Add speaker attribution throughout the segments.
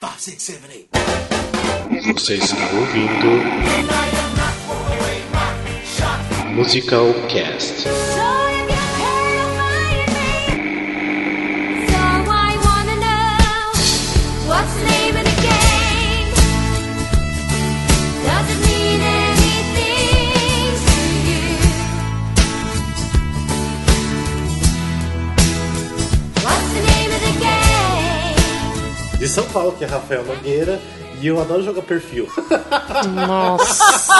Speaker 1: five, six, seven, eight.
Speaker 2: Você está ouvindo Musical Cast.
Speaker 3: So if you care to find me, so I wanna know what's the name of the game. Does it mean anything to you? What's the name of the game?
Speaker 4: De São Paulo, que é Rafael Nogueira. E eu adoro jogar perfil.
Speaker 5: Nossa.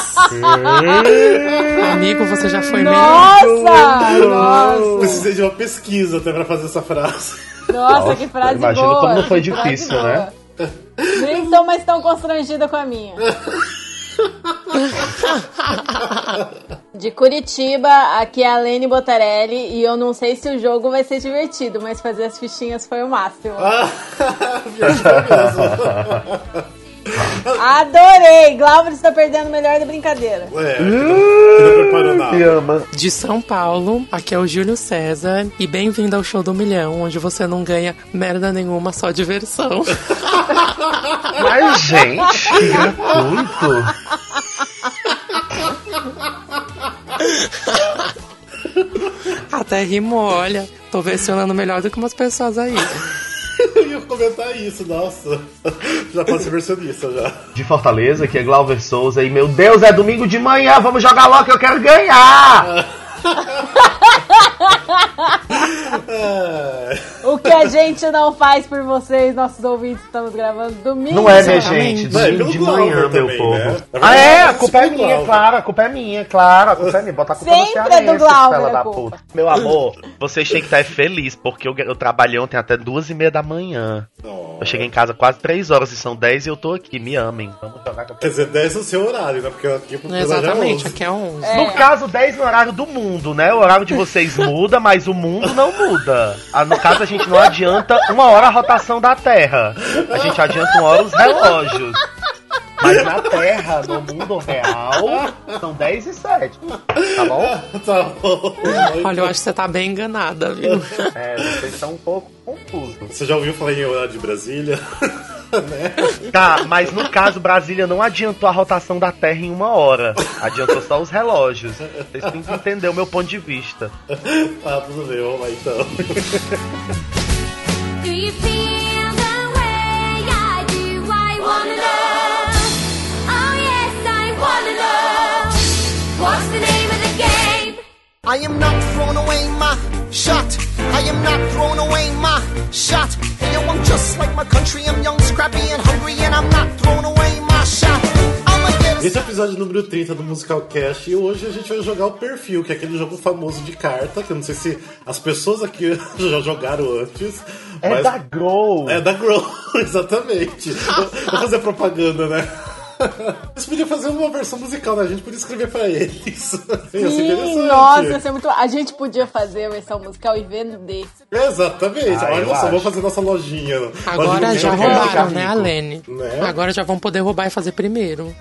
Speaker 5: Amigo, você já foi meio.
Speaker 6: Nossa! Nossa!
Speaker 4: Precisei de uma pesquisa até pra fazer essa frase.
Speaker 6: Nossa, que frase
Speaker 7: imagino
Speaker 6: boa!
Speaker 7: como não foi
Speaker 6: que
Speaker 7: difícil,
Speaker 6: frase
Speaker 7: né?
Speaker 6: boa. Nem tão, mas tão constrangida com a minha. De Curitiba, aqui é a Lene Botarelli e eu não sei se o jogo vai ser divertido, mas fazer as fichinhas foi o máximo.
Speaker 7: Ah.
Speaker 4: Pior que é
Speaker 6: Adorei! Glauber está perdendo o melhor da brincadeira.
Speaker 4: mesmo. É, que não, que não preparou
Speaker 7: Me
Speaker 4: nada.
Speaker 7: ama.
Speaker 5: De São Paulo, aqui é o Júlio César e bem-vindo ao Show do Milhão, onde você não ganha merda nenhuma, só diversão.
Speaker 7: Mas, gente, que gratuito.
Speaker 5: Até rimou, olha. Tô versionando melhor do que umas pessoas aí.
Speaker 4: Eu ia comentar isso, nossa. Já pode ser versionista já.
Speaker 7: De Fortaleza, que é Glauber Souza. E meu Deus, é domingo de manhã, vamos jogar logo que eu quero ganhar.
Speaker 6: O que a gente não faz por vocês, nossos ouvintes, estamos gravando domingo.
Speaker 7: Não é, minha
Speaker 5: Exatamente.
Speaker 7: gente?
Speaker 4: Não, é
Speaker 7: Domingo
Speaker 4: pelo
Speaker 7: de
Speaker 4: Glauber
Speaker 7: manhã, meu
Speaker 4: também,
Speaker 7: povo.
Speaker 4: né? Na
Speaker 7: Ah,
Speaker 4: verdade,
Speaker 7: é? A
Speaker 4: é
Speaker 7: culpa é
Speaker 4: sempre
Speaker 7: minha,
Speaker 4: Glauber.
Speaker 7: claro. A culpa é minha, claro. A culpa é minha. Bota a culpa no
Speaker 6: Sempre é do
Speaker 7: cearense,
Speaker 6: Glauber
Speaker 7: fela
Speaker 6: a
Speaker 7: da
Speaker 6: culpa.
Speaker 7: puta. Meu amor, vocês têm que estar felizes, porque eu, eu trabalhei ontem até duas e meia da manhã. Eu cheguei em casa quase três horas e são dez e eu tô aqui. Me amem. Vamos jogar com a
Speaker 4: Quer dizer, 10 é o seu horário, né? Porque aqui pro
Speaker 5: Exatamente,
Speaker 4: já é 11.
Speaker 5: aqui é 11.
Speaker 7: No caso, 10 no horário do mundo, né? O horário de vocês muda, mas o mundo não muda. Ah, No caso, a gente não adianta uma hora a rotação da Terra. A gente adianta uma hora os relógios. Mas na Terra, no mundo real, são 10 e 7. Tá bom?
Speaker 4: Tá bom.
Speaker 5: Olha, eu acho que você tá bem enganada, viu?
Speaker 7: É, vocês estão um pouco confusos.
Speaker 4: Você já ouviu falar em horário de Brasília? Né?
Speaker 7: Tá, mas no caso, Brasília não adiantou a rotação da Terra em uma hora. Adiantou só os relógios. Vocês têm que entender o meu ponto de vista.
Speaker 4: Tá, tudo bem, vamos lá então.
Speaker 3: Do you feel the way I do? I wanna know. Oh yes, I wanna know. What's the name of the game?
Speaker 8: I am not throwing away my shot. I am not throwing away my shot. And yo, I'm just like my country. I'm young, scrappy, and hungry, and I'm not throwing away my shot. I'ma get a
Speaker 4: Esse é o episódio número 30 do Musical Cast e hoje a gente vai jogar o Perfil, que é aquele jogo famoso de carta, que eu não sei se as pessoas aqui já jogaram antes.
Speaker 7: É
Speaker 4: mas-
Speaker 7: da Grow.
Speaker 4: É da Grow, exatamente. Vou fazer propaganda, né? Eles podiam fazer uma versão musical, né? A gente podia escrever pra eles. Ia ser
Speaker 6: Sim,
Speaker 4: interessante.
Speaker 6: nossa, ia ser muito. A gente podia fazer a versão musical e vender.
Speaker 4: Exatamente.
Speaker 7: Ah,
Speaker 4: Olha
Speaker 7: eu
Speaker 4: só,
Speaker 7: acho.
Speaker 4: vamos fazer nossa lojinha.
Speaker 5: Agora
Speaker 4: Lojinha
Speaker 5: já
Speaker 4: musical.
Speaker 7: quero ficar
Speaker 5: roubaram,
Speaker 7: rico.
Speaker 5: né, a Lene?
Speaker 4: Né?
Speaker 5: Agora já vão poder roubar e fazer primeiro.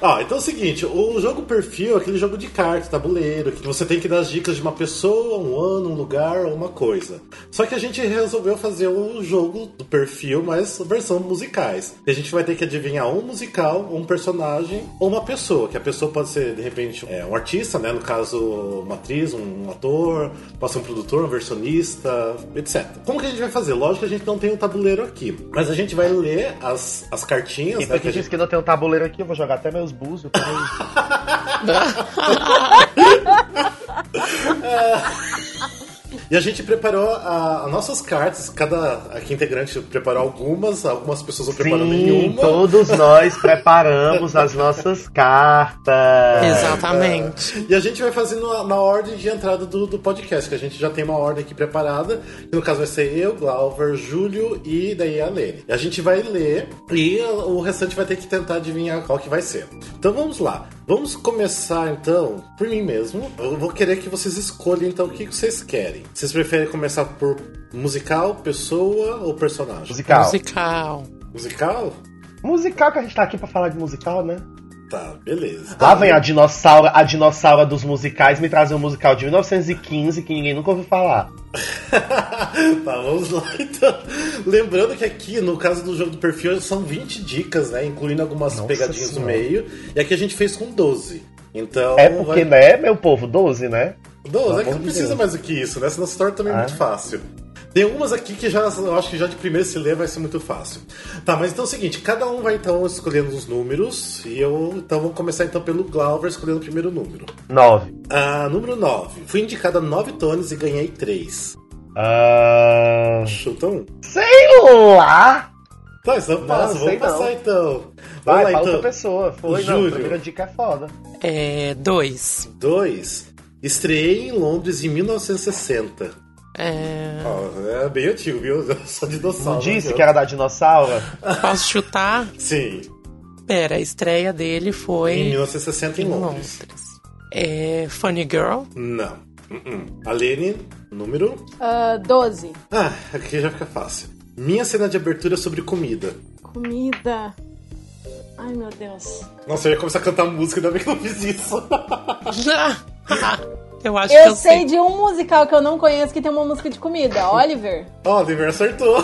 Speaker 4: Ah, então é o seguinte, o jogo perfil é aquele jogo de carta, tabuleiro, que você tem que dar as dicas de uma pessoa, um ano, um lugar ou uma coisa. Só que a gente resolveu fazer um jogo do perfil, mas versão musicais. E a gente vai ter que adivinhar um musical, um personagem ou uma pessoa, que a pessoa pode ser, de repente, é, um artista, né? No caso, uma atriz, um ator, pode ser um produtor, um versionista, etc. Como que a gente vai fazer? Lógico que a gente não tem um tabuleiro aqui, mas a gente vai ler as, as cartinhas,
Speaker 7: E
Speaker 4: né?
Speaker 7: pra
Speaker 4: que a
Speaker 7: quem disse
Speaker 4: gente-
Speaker 7: que não tem um tabuleiro aqui, eu um vou jogar até meus búzios também.
Speaker 4: E a gente preparou a- as nossas cartas, cada aqui integrante preparou algumas, algumas pessoas não prepararam
Speaker 7: Sim,
Speaker 4: nenhuma.
Speaker 7: todos nós preparamos as nossas
Speaker 5: É.
Speaker 7: cartas.
Speaker 5: Exatamente.
Speaker 4: E a gente vai fazendo na, na ordem de entrada do, do podcast, que a gente já tem uma ordem aqui preparada, que no caso vai ser eu, Glauber, Júlio e daí a Lene. E a gente vai ler e o restante vai ter que tentar adivinhar qual que vai ser. Então vamos lá. Vamos começar então por mim mesmo. Eu vou querer que vocês escolham então o que que vocês querem. Vocês preferem começar por musical, pessoa ou personagem?
Speaker 7: Musical.
Speaker 5: Musical.
Speaker 4: Musical?
Speaker 7: Musical, que a gente tá aqui pra falar de musical, né?
Speaker 4: Tá, beleza.
Speaker 7: Lá vem a dinossauro, a dinossauro dos musicais me trazer um musical de 1915 que ninguém nunca ouviu falar.
Speaker 4: tá, vamos lá então. Lembrando que aqui, no caso do jogo do perfil, são 20 dicas, né? Incluindo algumas
Speaker 7: Nossa
Speaker 4: pegadinhas
Speaker 7: Senhora.
Speaker 4: no meio. E aqui a gente fez com 12. Então.
Speaker 7: É porque,
Speaker 4: vai-
Speaker 7: né, meu povo, 12, né?
Speaker 4: 12, é que
Speaker 7: amor
Speaker 4: não
Speaker 7: de
Speaker 4: precisa
Speaker 7: Deus.
Speaker 4: mais do que isso, né? Senão se torna também
Speaker 7: Ah.
Speaker 4: muito fácil. Tem algumas aqui que já, eu acho que já de primeiro se ler vai ser muito fácil. Tá, mas então é o seguinte, cada um vai então escolhendo os números e eu então vamos começar então pelo Glauber escolhendo o primeiro número.
Speaker 7: 9.
Speaker 4: Ah, número 9. Fui indicada 9 tones e ganhei 3.
Speaker 7: Ah,
Speaker 4: Chuta um.
Speaker 7: sei lá.
Speaker 4: Tá, então passa,
Speaker 7: sei
Speaker 4: vamos passar
Speaker 7: não.
Speaker 4: então.
Speaker 7: Vai,
Speaker 4: vamos lá
Speaker 7: fala outra
Speaker 4: então.
Speaker 7: pessoa. Foi, não,
Speaker 4: Júlio.
Speaker 7: a primeira dica é foda.
Speaker 5: É. Dois.
Speaker 4: 2. Estreiei em Londres em 1960.
Speaker 5: É,
Speaker 4: Ó, é bem antigo, viu? Eu sou dinossauro.
Speaker 7: Não disse
Speaker 4: viu?
Speaker 7: que era da dinossauro?
Speaker 5: posso chutar?
Speaker 4: Sim,
Speaker 5: Pera, a estreia dele foi
Speaker 4: em
Speaker 5: em
Speaker 4: 1960 em Londres.
Speaker 5: Londres. É. Funny Girl?
Speaker 4: Não. Uh-uh. Alene, número.
Speaker 6: Ah, 12.
Speaker 4: Ah, aqui já fica fácil. Minha cena de abertura é sobre comida.
Speaker 6: Comida. Ai, meu Deus.
Speaker 4: Nossa, eu ia começar a cantar música, ainda bem que eu não fiz isso.
Speaker 5: eu acho que
Speaker 6: Eu
Speaker 5: eu
Speaker 6: sei de um musical que eu não conheço que tem uma música de comida. Oliver.
Speaker 4: Ó, o Oliver acertou.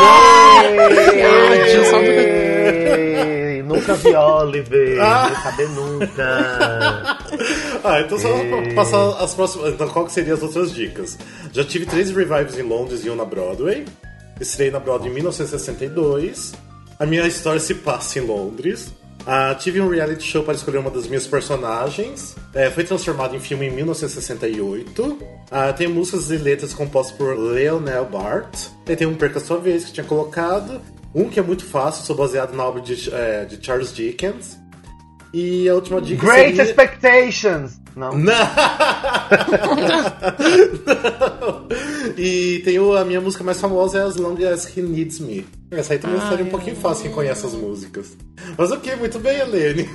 Speaker 6: é.
Speaker 5: Eu só-
Speaker 7: Ei, nunca vi Oliver, não vou saber nunca.
Speaker 4: Ah, então só pra passar as próximas. Então, qual que seriam as outras dicas? Já tive três revives em Londres e um na Broadway. Estrei na Broadway em 1962. A minha história se passa em Londres. Ah, tive um reality show para escolher uma das minhas personagens. É, foi transformado em filme em 1968. Ah, tem músicas e letras compostas por Leonel Bart. E tem um Perca Sua Vez que tinha colocado. Um que é muito fácil, sou baseado na obra de, eh, de Charles Dickens. E a última dica
Speaker 7: Great
Speaker 4: seria...
Speaker 7: Expectations! Não.
Speaker 4: Não! e tem o- a minha música mais famosa é As Long As He Needs Me. Essa aí também seria um pouquinho fácil quem conhece as músicas. Mas ok, muito bem, Helene.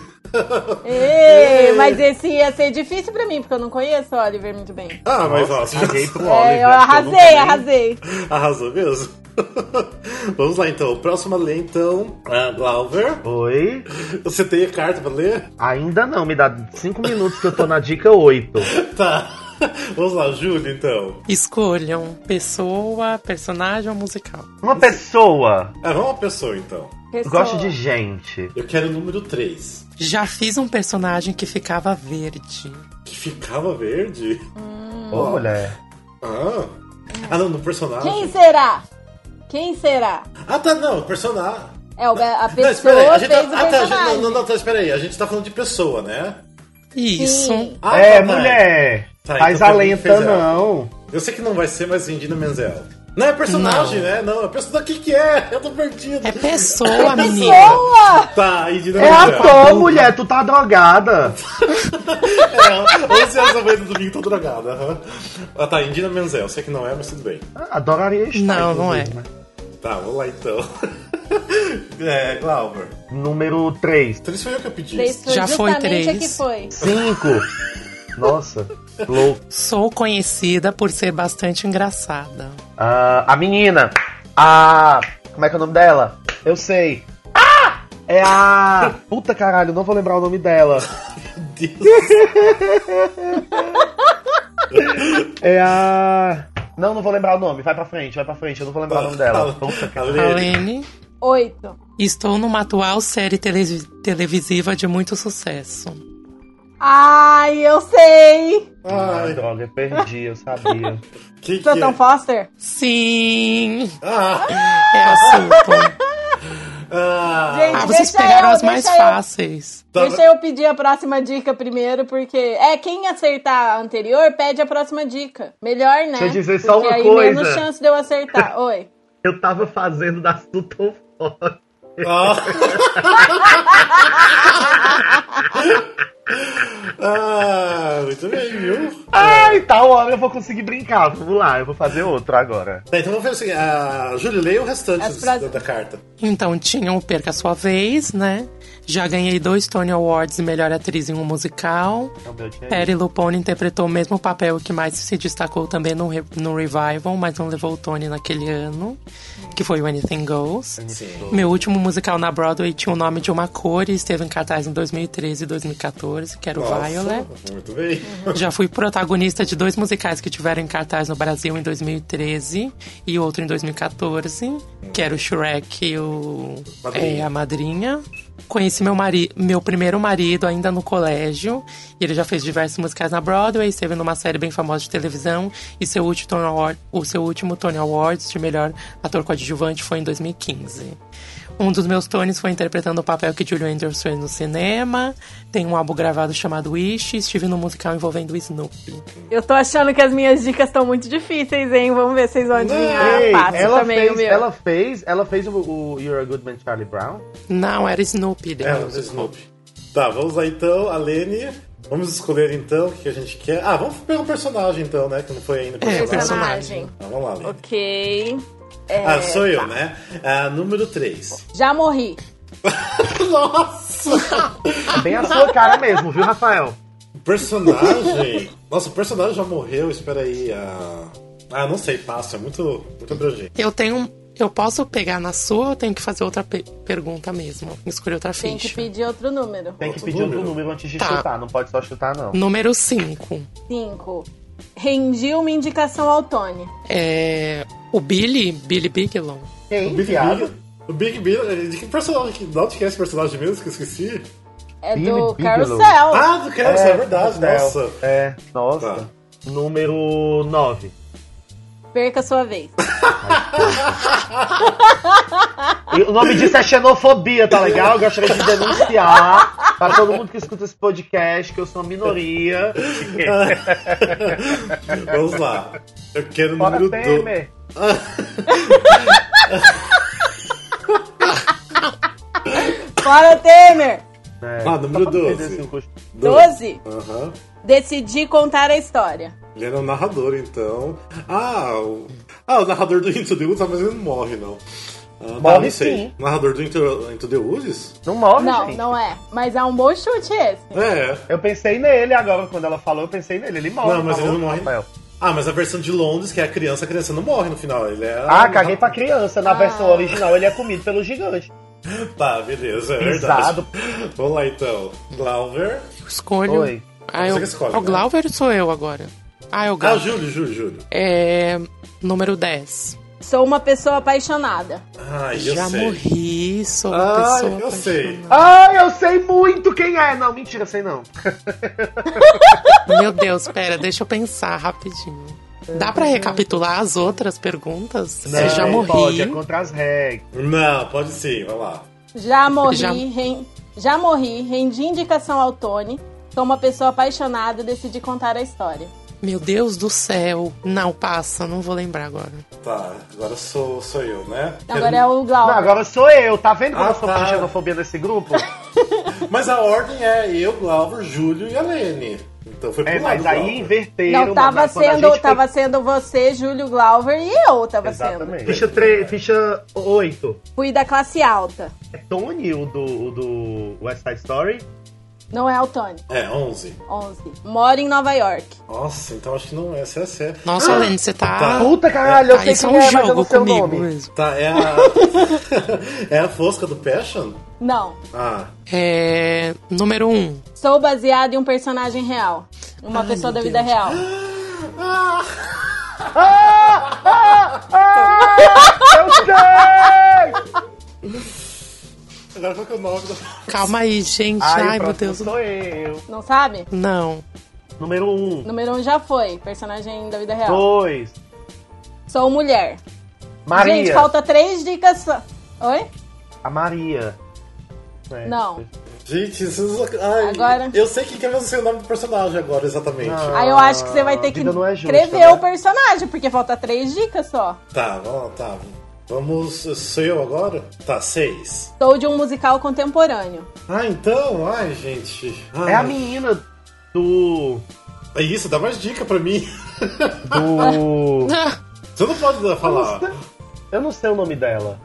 Speaker 6: Ei, mas esse ia ser difícil pra mim, porque eu não conheço Oliver muito bem.
Speaker 4: Ah, mas ó,
Speaker 7: Nossa,
Speaker 4: você já
Speaker 7: caguei pro Oliver.
Speaker 6: É, eu
Speaker 7: porque nunca
Speaker 6: arrasei,
Speaker 7: nem-
Speaker 6: arrasei.
Speaker 4: arrasou mesmo. Vamos lá então, próxima lei então, ah, Glauber.
Speaker 7: Oi?
Speaker 4: Você tem a carta pra ler?
Speaker 7: Ainda não, me dá 5 minutos que eu tô na dica 8.
Speaker 4: Tá. Vamos lá, Júlio então.
Speaker 5: Escolham pessoa, personagem ou musical.
Speaker 7: Uma pessoa
Speaker 4: É, vamos uma pessoa então.
Speaker 7: gosta de gente.
Speaker 4: Eu quero o número 3.
Speaker 5: Já fiz um personagem que ficava verde.
Speaker 4: Que ficava verde? Hum.
Speaker 7: Ô, mulher.
Speaker 4: Ah. Ah não, no personagem.
Speaker 6: Quem será? Quem será?
Speaker 4: Ah, tá, não, o personagem.
Speaker 6: É, o- a
Speaker 4: Não,
Speaker 6: pessoa
Speaker 4: espera aí, a gente
Speaker 6: fez
Speaker 4: tá,
Speaker 6: o
Speaker 4: ah, tá, a gente,
Speaker 6: personagem.
Speaker 4: não, não, não, tá, espera aí, a gente tá falando de pessoa, né?
Speaker 5: Isso.
Speaker 6: Sim.
Speaker 4: Ah,
Speaker 7: é,
Speaker 4: tá, tá.
Speaker 7: mulher.
Speaker 4: Tá,
Speaker 7: faz
Speaker 4: então
Speaker 7: a
Speaker 4: pra mim
Speaker 7: lenta,
Speaker 4: fez ela.
Speaker 7: não.
Speaker 4: Eu sei que não vai ser, mas Indina Menzel. Não, é personagem, né? Não, é personagem, o que que é? Eu tô perdido.
Speaker 5: É pessoa, menina.
Speaker 6: Boa!
Speaker 4: Tá, Indina
Speaker 7: É
Speaker 4: Menzel.
Speaker 7: ator, mulher. Tu tá drogada.
Speaker 4: É, 11 horas da manhã do domingo, tô drogada. aham. Ah, tá, Indina Menzel, sei que não é, mas tudo bem.
Speaker 7: Ah, Adoraria estar.
Speaker 5: Não, não é.
Speaker 7: inclusive, né?
Speaker 4: Tá, vamos lá então. É, Glauber.
Speaker 7: Número 3.
Speaker 4: Três foi eu que eu pedi.
Speaker 6: Três foi
Speaker 5: Já foi
Speaker 6: justamente a
Speaker 5: três.
Speaker 6: que foi.
Speaker 7: 5. Nossa, louco.
Speaker 5: Sou conhecida por ser bastante engraçada.
Speaker 7: Ah, a menina. A. Como é que é o nome dela? Eu sei. Ah! É a. Puta caralho, não vou lembrar o nome dela.
Speaker 4: Meu Deus.
Speaker 7: É a. Não, não vou lembrar o nome. Vai pra frente, vai pra frente. Eu não vou lembrar é o nome dela. Puta que...
Speaker 4: Alene.
Speaker 5: Alene,
Speaker 6: Oito.
Speaker 5: estou numa atual série tele- televisiva de muito sucesso.
Speaker 6: Ai, eu sei!
Speaker 7: Ai,
Speaker 4: Ai,
Speaker 7: droga, eu perdi, eu sabia.
Speaker 4: que que
Speaker 6: Jonathan
Speaker 4: é?
Speaker 6: Foster?
Speaker 5: Sim,
Speaker 4: Ah,
Speaker 5: é assunto.
Speaker 4: ah.
Speaker 6: Gente,
Speaker 5: Ah, vocês
Speaker 6: deixa
Speaker 5: pegaram
Speaker 6: eu,
Speaker 5: as mais
Speaker 6: deixa eu.
Speaker 5: fáceis.
Speaker 4: Tá,
Speaker 6: Deixa eu pedir a próxima dica primeiro, porque. É, quem acertar a anterior pede a próxima dica. Melhor, né?
Speaker 7: Deixa eu dizer só
Speaker 6: porque
Speaker 7: uma
Speaker 6: aí
Speaker 7: coisa.
Speaker 6: menos chance de eu acertar. Oi.
Speaker 7: Eu tava fazendo da Suton
Speaker 4: Ah. Ah, muito bem, viu?
Speaker 7: Ai, tal hora eu vou conseguir brincar. Vamos lá, eu vou fazer outro agora.
Speaker 4: Tá, então vamos fazer o seguinte: a Júlia, leia o restante
Speaker 6: As
Speaker 4: do-
Speaker 6: frases-
Speaker 4: da carta.
Speaker 5: Então tinha o Perca Sua Vez, né? Já ganhei dois Tony Awards e melhor atriz em um musical.
Speaker 7: Então, meu dinheiro.
Speaker 5: Perry Lupone interpretou o mesmo papel que mais se destacou também no, re- no Revival, mas não levou o Tony naquele ano, que foi o Anything Goes. Meu último musical na Broadway tinha o nome de uma cor e esteve em cartaz em 2013 e 2014, que era o
Speaker 4: Nossa,
Speaker 5: Violet.
Speaker 4: Muito bem.
Speaker 5: Já fui protagonista de dois musicais que tiveram em cartaz no Brasil em 2013 e outro em 2014, que era o Shrek e o,
Speaker 4: Madrinha.
Speaker 5: é, a Madrinha. Conheci meu, mari meu primeiro marido ainda no colégio, e ele já fez diversos musicais na Broadway, esteve numa série bem famosa de televisão, e seu último Tony Award- o seu último Tony Awards de melhor ator coadjuvante foi em 2015. Um dos meus tones foi interpretando o papel que Julio Anderson fez no cinema. Tem um álbum gravado chamado Wish. e Estive no musical envolvendo o Snoopy.
Speaker 6: Eu tô achando que as minhas dicas estão muito difíceis, hein? Vamos ver se vocês vão adivinhar
Speaker 7: Ei,
Speaker 6: Ah, fácil
Speaker 7: ela,
Speaker 6: também
Speaker 7: fez,
Speaker 6: o meu.
Speaker 7: ela fez, ela fez o, o You're a Good Man Charlie Brown.
Speaker 5: Não, era Snoopy.
Speaker 4: É,
Speaker 5: Deus.
Speaker 4: o Snoopy. Tá, vamos lá então, a Lene. Vamos escolher então o que a gente quer. Ah, vamos pegar um personagem então, né? Que não foi ainda
Speaker 5: É, o
Speaker 4: personagem.
Speaker 5: personagem.
Speaker 4: Então, vamos lá, Lene.
Speaker 6: Ok. É,
Speaker 4: Ah, sou eu, né? Ah, número 3.
Speaker 6: Já morri.
Speaker 4: Nossa!
Speaker 7: Bem a sua cara mesmo, viu, Rafael?
Speaker 4: Personagem? Nossa, o personagem já morreu, espera aí. Ah, ah não sei, passa, é muito, muito abrangente.
Speaker 5: Eu tenho um. Eu posso pegar na sua ou eu tenho que fazer outra pe- pergunta mesmo? Escolher outra
Speaker 6: Tem que
Speaker 5: ficha.
Speaker 6: pedir outro número.
Speaker 7: Tem que
Speaker 4: Outro
Speaker 7: pedir outro
Speaker 4: número?
Speaker 7: número antes de
Speaker 5: Tá.
Speaker 7: chutar, não pode só chutar, não.
Speaker 5: Número 5.
Speaker 6: 5. Rendi uma indicação ao Tony.
Speaker 5: É. O Billy, Billy Bigelow.
Speaker 7: Quem,
Speaker 4: O Big
Speaker 7: viado?
Speaker 4: Bill. O Big Bill, de que personagem? que- De onde que é esse personagem mesmo que eu esqueci?
Speaker 6: É
Speaker 7: Billy
Speaker 6: do
Speaker 7: Bigelow.
Speaker 6: Carousel.
Speaker 4: Ah, do Kelly, é, verdade,
Speaker 7: Rafael.
Speaker 4: nossa.
Speaker 7: É, nossa.
Speaker 4: Tá.
Speaker 7: Número 9. Ah!
Speaker 6: Perca sua vez.
Speaker 7: O nome disso é xenofobia, tá legal? Eu gostaria de denunciar para todo mundo que escuta esse podcast que eu sou uma minoria.
Speaker 4: Ah, Vamos lá. Eu quero o
Speaker 7: Fora
Speaker 4: número 2.
Speaker 7: Temer.
Speaker 6: Fora Temer!
Speaker 7: É,
Speaker 4: Ah, número
Speaker 7: só pra perder
Speaker 4: 12.
Speaker 7: esse custo.
Speaker 6: 12.
Speaker 4: Aham.
Speaker 6: Decidi contar a história.
Speaker 4: Ele era o narrador, então. Ah, o, ah, o narrador do Into the Woods, mas ele não morre, não. Ah,
Speaker 7: Morre
Speaker 4: não, não sei.
Speaker 7: sim.
Speaker 4: Narrador do Into, Into the Woods?
Speaker 7: Não morre,
Speaker 6: Não,
Speaker 7: gente.
Speaker 6: não é. Mas é um bom chute esse.
Speaker 4: É.
Speaker 7: Eu pensei nele agora, quando ela falou, eu pensei nele. Ele morre.
Speaker 4: Não, mas
Speaker 7: tá
Speaker 4: ele
Speaker 7: bom,
Speaker 4: não morre.
Speaker 7: Rafael.
Speaker 4: Ah, mas a versão de Londres, que é a criança, a criança não morre no final. Ele é.
Speaker 7: Ah, caguei pra criança.
Speaker 6: Ah.
Speaker 7: Na versão original ele é comido pelo gigante.
Speaker 4: Tá, beleza, é
Speaker 7: Pisado.
Speaker 4: verdade. Vamos lá então. Glauber.
Speaker 5: Eu escolho.
Speaker 7: Oi.
Speaker 5: Ah, eu...
Speaker 4: Você que escolhe,
Speaker 5: é o
Speaker 4: né?
Speaker 5: Glauber ou sou eu agora? Ah, é o
Speaker 4: Ah,
Speaker 5: Glauber.
Speaker 4: Júlio, Júlio, Júlio.
Speaker 5: É. Número 10.
Speaker 6: Sou uma pessoa apaixonada.
Speaker 4: Ah, eu
Speaker 5: Já
Speaker 4: sei.
Speaker 5: morri, sou uma
Speaker 4: Ah,
Speaker 5: pessoa.
Speaker 4: eu sei.
Speaker 5: apaixonada.
Speaker 7: Ah, eu sei muito quem é. Não, mentira, sei não.
Speaker 5: Meu Deus, pera, deixa eu pensar rapidinho. Dá pra recapitular as outras perguntas?
Speaker 4: Não,
Speaker 5: eu já
Speaker 4: não
Speaker 5: morri.
Speaker 7: Pode, é contra as regras.
Speaker 4: Não, pode sim, vai lá.
Speaker 6: Já morri,
Speaker 5: Já-
Speaker 6: já... já morri, rendi indicação ao Tony. Sou uma pessoa apaixonada e decidi contar a história.
Speaker 5: Meu Deus do céu. Não, passa, não vou lembrar agora.
Speaker 4: Tá, agora sou, sou eu, né?
Speaker 6: Agora é o Glauber.
Speaker 7: Não, agora sou eu. Tá vendo como
Speaker 4: Ah,
Speaker 7: eu sou
Speaker 4: tá.
Speaker 7: tá. xenofobia nesse grupo?
Speaker 4: Mas a ordem é eu, Glauber, Júlio e a Lene. Então foi pro
Speaker 7: É,
Speaker 4: lado
Speaker 7: mas aí
Speaker 4: Glauber.
Speaker 7: inverteram.
Speaker 6: Não, tava
Speaker 7: mas é quando a
Speaker 6: sendo,
Speaker 7: gente foi-
Speaker 6: tava sendo você, Júlio Glauber e eu tava
Speaker 7: Exatamente.
Speaker 6: sendo.
Speaker 7: Ficha, 3, ficha 8.
Speaker 6: Fui da classe alta.
Speaker 7: É Tony, o do, o do West Side Story?
Speaker 6: Não é o Tony.
Speaker 4: É, 11.
Speaker 6: 11. Moro em Nova York.
Speaker 4: Nossa, então acho que não é essa é.
Speaker 5: Nossa, Lene, você tá.
Speaker 4: Tá.
Speaker 7: Puta caralho, Ah! eu
Speaker 5: Ah,
Speaker 7: sei
Speaker 5: isso é
Speaker 7: quem
Speaker 5: um
Speaker 7: é, mas eu
Speaker 5: jogo
Speaker 7: não sei o
Speaker 5: comigo
Speaker 7: nome.
Speaker 5: mesmo.
Speaker 4: Tá, é a. é a Fosca do Passion?
Speaker 6: Não.
Speaker 4: Ah,
Speaker 5: É. Número 1. Um.
Speaker 6: Sou baseado em um personagem real. Uma pessoa da
Speaker 5: meu
Speaker 6: vida
Speaker 5: Deus.
Speaker 6: real.
Speaker 7: Ah, Eu sei!
Speaker 4: agora qual que é o nome da.
Speaker 5: Calma aí, gente.
Speaker 7: Ai,
Speaker 5: Ai,
Speaker 7: o
Speaker 5: meu
Speaker 7: próximo
Speaker 5: Deus. do-
Speaker 7: sou eu.
Speaker 6: Não sabe?
Speaker 5: Não.
Speaker 7: Número 1,
Speaker 6: Número 1 um já foi. Personagem da vida real.
Speaker 7: 2,
Speaker 6: Sou mulher.
Speaker 7: Maria.
Speaker 6: Gente, falta três dicas. só. Oi?
Speaker 7: A Maria. É.
Speaker 6: Não.
Speaker 4: Gente, vocês. Ai,
Speaker 6: Agora-
Speaker 4: Eu sei que quer ver sei o nome do personagem agora, exatamente.
Speaker 7: Ah.
Speaker 6: Aí eu acho que você vai ter que
Speaker 7: vida não é justa,
Speaker 6: escrever
Speaker 7: né?
Speaker 6: o personagem, porque falta três dicas só.
Speaker 4: Tá, vamos lá, tá. Vamos, sou eu agora? Tá, seis.
Speaker 6: Sou de um musical contemporâneo.
Speaker 4: Ah, então, ai, gente.
Speaker 7: É a
Speaker 4: Ai,
Speaker 7: menina do.
Speaker 4: É isso, dá mais dica pra mim.
Speaker 7: Do.
Speaker 5: Ah,
Speaker 4: Você não pode dar- falar.
Speaker 7: Eu não sei o nome dela.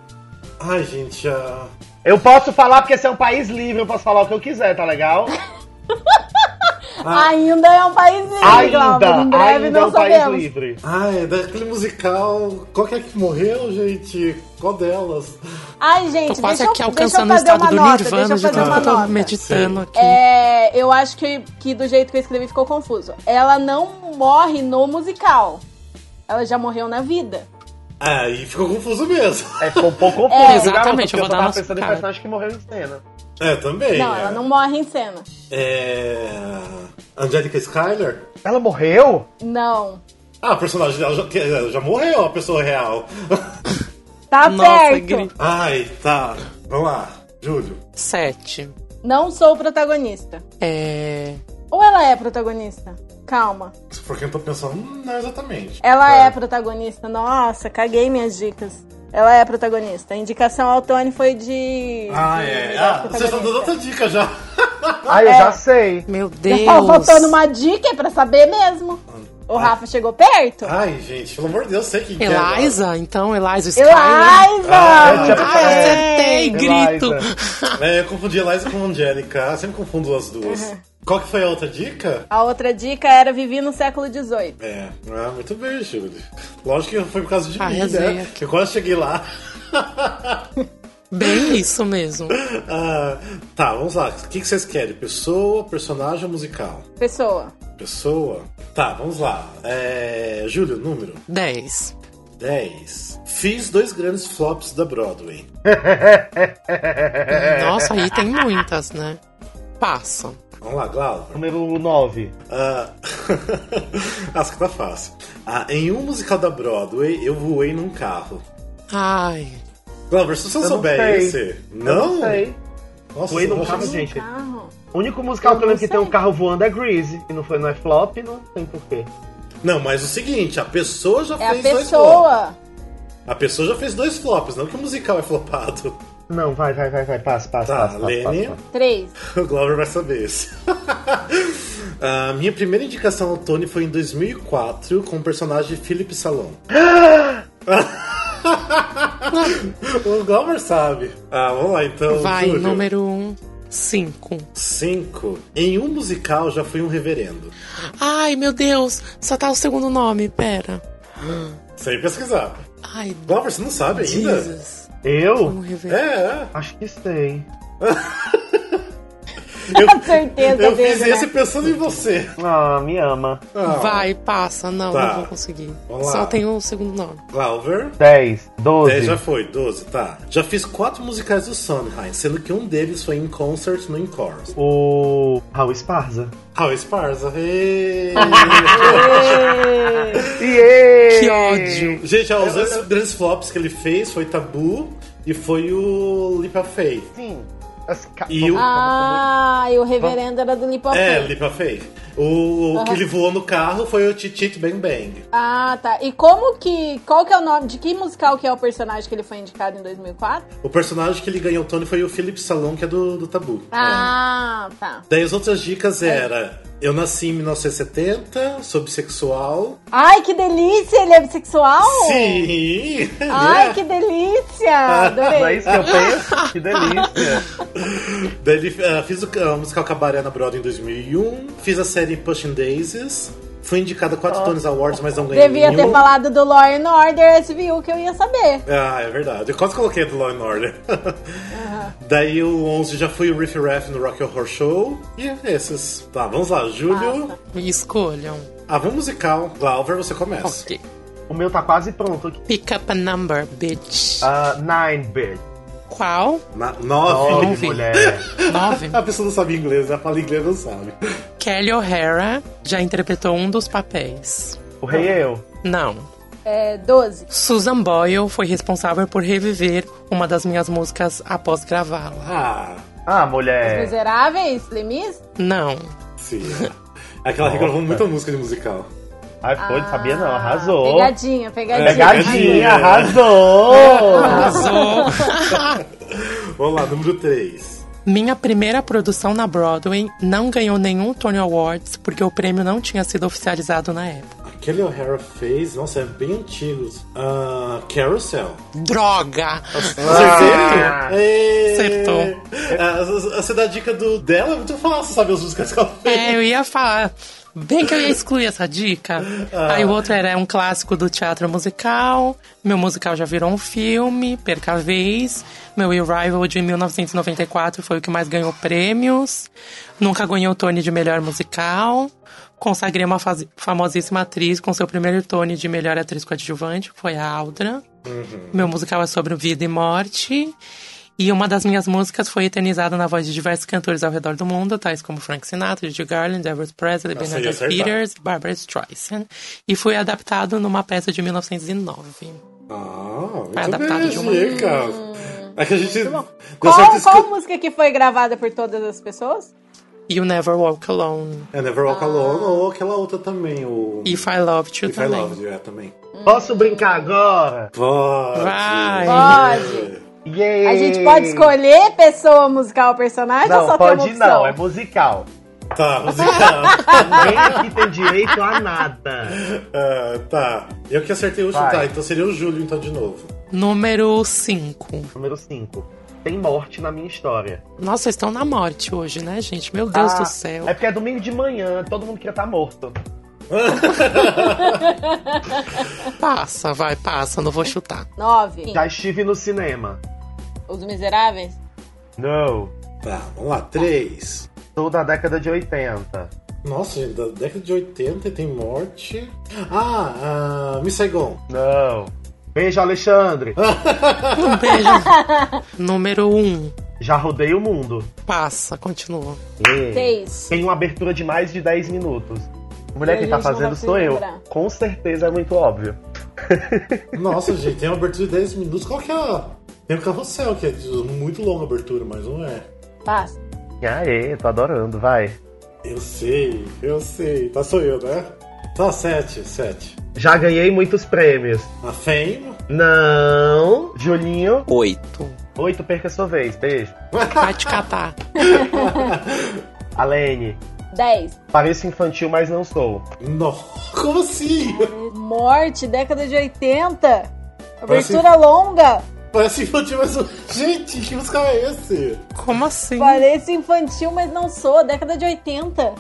Speaker 4: Ai, gente, ah,
Speaker 7: Eu posso falar porque esse é um país livre, eu posso falar o que eu quiser, tá legal?
Speaker 4: Ah.
Speaker 6: Ainda é um país livre, Glauber.
Speaker 7: Ainda,
Speaker 6: Em breve
Speaker 7: ainda é
Speaker 6: não
Speaker 7: um país
Speaker 6: sabemos.
Speaker 7: livre.
Speaker 4: ai, é daquele musical. Qual que é que morreu, gente? Qual delas?
Speaker 6: Ai,
Speaker 5: Tô
Speaker 6: gente,
Speaker 5: quase
Speaker 6: deixa eu,
Speaker 5: aqui
Speaker 6: deixa eu
Speaker 5: alcançando o
Speaker 6: fazer
Speaker 5: estado
Speaker 6: uma
Speaker 5: do
Speaker 6: nota.
Speaker 5: Nirvana,
Speaker 6: Deixa eu
Speaker 5: de
Speaker 6: fazer
Speaker 5: tanto
Speaker 6: uma
Speaker 5: que eu tô
Speaker 6: nota.
Speaker 5: meditando aqui.
Speaker 6: É, eu acho que, que do jeito que eu escrevi ficou confuso. Ela não morre no musical. Ela já morreu na vida.
Speaker 4: Ah, e ficou confuso mesmo.
Speaker 7: É, ficou um pouco confuso.
Speaker 5: Exatamente,
Speaker 7: porque
Speaker 5: eu vou dar
Speaker 7: tava
Speaker 5: nossa
Speaker 7: pensando em
Speaker 5: cara.
Speaker 7: personagem que morreu em cena.
Speaker 4: É, também.
Speaker 6: Não,
Speaker 4: é.
Speaker 6: ela não morre em cena.
Speaker 4: É. Angélica Skyler?
Speaker 7: Ela morreu?
Speaker 6: Não.
Speaker 4: Ah, a personagem dela já, que- é, já morreu, a pessoa real.
Speaker 6: Tá
Speaker 5: Nossa,
Speaker 6: perto.
Speaker 5: grito.
Speaker 4: Ai, tá. Vamos lá, Júlio.
Speaker 5: Sete.
Speaker 6: Não sou protagonista.
Speaker 5: É...
Speaker 6: Ou ela é protagonista? Calma.
Speaker 4: Se for quem eu tô pensando, hum, não exatamente.
Speaker 6: Ela é protagonista. Nossa, caguei minhas dicas. Ela é protagonista. A indicação ao Tony foi de.
Speaker 4: Ah,
Speaker 6: de-
Speaker 4: é.
Speaker 6: da
Speaker 4: Ah, vocês estão dando outra dica já.
Speaker 7: Ah, eu já sei.
Speaker 5: Meu Deus. Ah.
Speaker 6: Não, faltando uma dica é pra saber mesmo. O Rafa chegou perto?
Speaker 4: Ai, gente, pelo amor de Deus, sei quem que é. agora.
Speaker 5: Eliza, então, Eliza Skyler.
Speaker 4: Ah,
Speaker 6: Eliza!
Speaker 4: eu
Speaker 5: Ah,
Speaker 7: é.
Speaker 5: eu acertei, grito.
Speaker 4: É, eu confundi Eliza com Angélica. Eu Sempre confundo as duas. Qual que foi a outra dica?
Speaker 6: A outra dica era vivi no século XVIII.
Speaker 4: É, ah, muito bem, Júlio. Lógico que foi por causa de
Speaker 5: Ah,
Speaker 4: mim,
Speaker 5: resenha.
Speaker 4: né? Que eu quase cheguei lá.
Speaker 5: Bem isso mesmo.
Speaker 4: Ah, tá, vamos lá. O que que vocês querem? Pessoa, personagem ou musical?
Speaker 6: Pessoa.
Speaker 4: Pessoa. Tá, vamos lá. É, Júlio, número
Speaker 5: Dez.
Speaker 4: 10. Fiz dois grandes flops da Broadway. É.
Speaker 5: Nossa, aí tem muitas, né? Passa.
Speaker 4: Vamos lá, Glauber.
Speaker 7: Número 9.
Speaker 4: Ah, acho que tá fácil. Ah, em um musical da Broadway, eu voei num carro.
Speaker 5: Ai.
Speaker 4: Glauber, se você
Speaker 7: não
Speaker 4: souber
Speaker 7: sei.
Speaker 4: esse.
Speaker 7: Eu não sei.
Speaker 4: Nossa,
Speaker 7: Voei num
Speaker 4: eu
Speaker 7: carro,
Speaker 4: acho-
Speaker 7: gente.
Speaker 6: Carro.
Speaker 7: O único musical
Speaker 6: Eu
Speaker 7: que eu
Speaker 6: não
Speaker 7: lembro que tem
Speaker 6: sei.
Speaker 7: um carro voando é Grease. E não foi no flop, não tem porquê.
Speaker 4: Não, mas o seguinte, a pessoa já
Speaker 6: É a
Speaker 4: fez dois flops.
Speaker 6: pessoa.
Speaker 4: A pessoa já fez dois flops, não que o musical é flopado.
Speaker 7: Não, vai, vai, vai, vai. Passa, passa,
Speaker 4: Tá,
Speaker 7: passa, passa,
Speaker 4: Lene.
Speaker 7: passa.
Speaker 6: Três.
Speaker 4: O Glover vai saber isso. A minha primeira indicação ao Tony foi em 2004 com o personagem Philip Salom. o Glover sabe. Ah, vamos lá então.
Speaker 5: Vai,
Speaker 4: Júlio.
Speaker 5: número um. Cinco.
Speaker 4: 5. Em um musical já fui um reverendo.
Speaker 5: Ai, meu Deus. Só tá o segundo nome, pera.
Speaker 4: Sem pesquisar.
Speaker 5: Ai,
Speaker 4: Glover, você não sabe ainda?
Speaker 5: Jesus.
Speaker 7: Eu?
Speaker 5: Vamos rever.
Speaker 4: É,
Speaker 7: Acho que sei.
Speaker 6: Com certeza
Speaker 4: eu
Speaker 6: dele,
Speaker 4: fiz
Speaker 6: né?
Speaker 4: esse pensando em você.
Speaker 7: Ah, me ama.
Speaker 4: Ah,
Speaker 5: Vai, passa. Não,
Speaker 4: Tá.
Speaker 5: não vou conseguir.
Speaker 4: Vamos lá.
Speaker 5: Só tem o segundo nome.
Speaker 4: Glover.
Speaker 7: 10, 12.
Speaker 4: 10 já foi, 12, tá. Já fiz quatro musicais do Sondheim, sendo que um deles foi em concert no Encores.
Speaker 7: O Raul Esparza.
Speaker 4: Raul Esparza. ê!
Speaker 7: Iê!
Speaker 5: Que ódio.
Speaker 4: Gente, ó, os dois grandes flops que ele fez foi Tabu e foi o Lipa Faye.
Speaker 7: Sim. As ca-
Speaker 4: E o-
Speaker 6: Ah, e o reverendo era do Lipa
Speaker 4: É,
Speaker 6: Faye.
Speaker 4: Lipa Faye. O, o que ele voou no carro foi o Titit Bang Bang.
Speaker 6: Ah, tá. E como que. Qual que é o nome? De que musical que é o personagem que ele foi indicado em 2004?
Speaker 4: O personagem que ele ganhou o Tony foi o Philip Salon, que é do, do Tabu. É.
Speaker 6: Ah, É. tá.
Speaker 4: Daí as outras dicas era Eu nasci em 1970, sou bissexual.
Speaker 6: Ai, que delícia! Ele é bissexual?
Speaker 4: Sim!
Speaker 6: Ai,
Speaker 4: né?
Speaker 6: que delícia!
Speaker 7: Não é
Speaker 6: Ah, Adorei.
Speaker 7: isso que eu penso? Que delícia.
Speaker 4: Daí ele, eh, fiz o, a musical Cabaré na Broadway em 2001, fiz a série Pushing Daisies, fui indicada a quatro Tony Awards, mas não ganhei
Speaker 6: Devia
Speaker 4: nenhum.
Speaker 6: ter falado do Law and Order SVU que eu ia saber.
Speaker 4: Ah, é verdade. Eu quase coloquei do Law and Order. Daí o 11 já fui o Riff Raff no Rock and Horror Show. E esses. Tá, vamos lá. Júlio,
Speaker 5: Me escolham.
Speaker 4: a vamos musical. Glauber, você começa.
Speaker 5: Ok.
Speaker 7: O meu tá quase pronto aqui.
Speaker 5: Pick up a number, bitch.
Speaker 7: Ah, nine, bitch.
Speaker 5: Qual?
Speaker 4: Na, nove.
Speaker 7: Nove, mulher.
Speaker 5: Nove.
Speaker 4: A pessoa não sabe inglês, ela fala inglês não sabe.
Speaker 5: Kelly O'Hara já interpretou um dos papéis.
Speaker 7: O rei é eu.
Speaker 5: Não.
Speaker 6: É, 12.
Speaker 5: Susan Boyle foi responsável por reviver uma das minhas músicas após gravá-la.
Speaker 4: Ah,
Speaker 7: Ah, mulher.
Speaker 6: é- Miseráveis, Lemis?
Speaker 5: Não.
Speaker 4: sim. É que ela regravou muita música de musical.
Speaker 7: Ai, foi, não sabia não, arrasou.
Speaker 6: Ah, Pegadinha, pegadinha.
Speaker 7: É, Pegadinha, arrasou!
Speaker 5: Arrasou.
Speaker 4: Vamos lá, número 3.
Speaker 5: Minha primeira produção na Broadway não ganhou nenhum Tony Awards porque o prêmio não tinha sido oficializado na época.
Speaker 4: Aquele O'Hara fez, nossa, é bem antigo. Ah, Carousel.
Speaker 5: Droga!
Speaker 4: Acertou? Ê!
Speaker 5: Acertou.
Speaker 4: É. Ah, Essa da dica do, dela é muito fácil, sabe? As músicas que ela fez.
Speaker 5: É, eu ia falar. Bem que eu ia excluir essa dica. Aí o outro era um clássico do teatro musical. Meu musical já virou um filme, perca a vez. Meu Arrival de 1994 foi o que mais ganhou prêmios. Nunca ganhou o Tony de melhor musical. Consagrei uma fase- famosíssima atriz com seu primeiro Tony de melhor atriz coadjuvante, que foi a Aldra. Meu musical é sobre vida e morte. E uma das minhas músicas foi eternizada na voz de diversos cantores ao redor do mundo, tais como Frank Sinatra, Judy Garland, Elvis Presley,
Speaker 4: Nossa, eu ia
Speaker 5: Bernadette
Speaker 4: acertar.
Speaker 5: Peters, Barbara Streisand. E foi adaptado numa peça de 1909.
Speaker 4: Ah, muito
Speaker 5: Vai adaptar
Speaker 4: bem,
Speaker 5: de uma- Hum.
Speaker 4: dica. É que a gente... deu certo
Speaker 6: Qual,
Speaker 4: escu-
Speaker 6: qual música que foi gravada por todas as pessoas?
Speaker 5: E o Never Walk Alone.
Speaker 4: É Never Walk Alone ou aquela outra também, o...
Speaker 5: If I Loved You
Speaker 4: If I
Speaker 5: também.
Speaker 4: Love You, é, também.
Speaker 7: Posso brincar agora?
Speaker 4: Pode.
Speaker 5: Vai!
Speaker 6: Pode.
Speaker 7: Yay.
Speaker 6: A gente pode escolher pessoa, musical, personagem ou
Speaker 7: Não,
Speaker 6: só tem
Speaker 7: pode
Speaker 6: uma opção?
Speaker 7: não, é musical.
Speaker 4: Tá, musical.
Speaker 7: Nem aqui tem direito a nada.
Speaker 4: Ah, tá. Eu que acertei o último,
Speaker 7: Vai.
Speaker 4: tá? Então seria o Júlio, então, de novo.
Speaker 5: Número 5.
Speaker 7: Número 5. Tem morte na minha história.
Speaker 5: Nossa, vocês estão na morte hoje, né, gente? Meu Deus
Speaker 7: Ah,
Speaker 5: do céu.
Speaker 7: É porque é domingo de manhã, todo mundo queria estar morto.
Speaker 4: É.
Speaker 5: Passa, vai, passa, não vou chutar.
Speaker 6: Nove.
Speaker 7: Já estive no cinema.
Speaker 6: Os Miseráveis?
Speaker 7: Não.
Speaker 4: Tá, vamos lá. Três.
Speaker 7: Sou da década de 80.
Speaker 4: Nossa, gente, da década de 80 tem morte. Ah, ah Miss Saigon.
Speaker 7: Não. Beijo, Alexandre.
Speaker 6: Ah.
Speaker 5: Um beijo. Número 1. Um.
Speaker 7: Já rodei o mundo.
Speaker 5: Passa, continua.
Speaker 6: Seis.
Speaker 7: Tem uma abertura de mais de 10 minutos. Mulher,
Speaker 6: E
Speaker 7: quem
Speaker 6: a
Speaker 7: tá
Speaker 6: gente não
Speaker 7: fazendo
Speaker 6: vai se
Speaker 7: sou eu.
Speaker 6: lembrar.
Speaker 7: Com certeza é muito óbvio.
Speaker 4: Nossa, gente, tem uma abertura de 10 minutos. Qual que é a... Tem o Carrossel, que é de- muito longa a abertura, mas não é.
Speaker 6: Passa.
Speaker 7: Aê, tô adorando, vai.
Speaker 4: Eu sei, eu sei. Tá, sou eu, né? Tá, sete, sete.
Speaker 7: Já ganhei muitos prêmios.
Speaker 4: A Fame.
Speaker 7: Não. Julinho.
Speaker 1: Oito.
Speaker 7: Oito, perca sua vez. Beijo.
Speaker 5: Vai te catar.
Speaker 7: Alene.
Speaker 6: Dez.
Speaker 7: Pareço infantil, mas não sou.
Speaker 4: Nossa, como assim?
Speaker 6: Morte, década de 80.
Speaker 4: Parece-
Speaker 6: Abertura longa.
Speaker 4: Parece infantil, mas... um- Gente, que musical é esse?
Speaker 5: Como assim?
Speaker 6: Pareço infantil, mas não sou. Década de 80.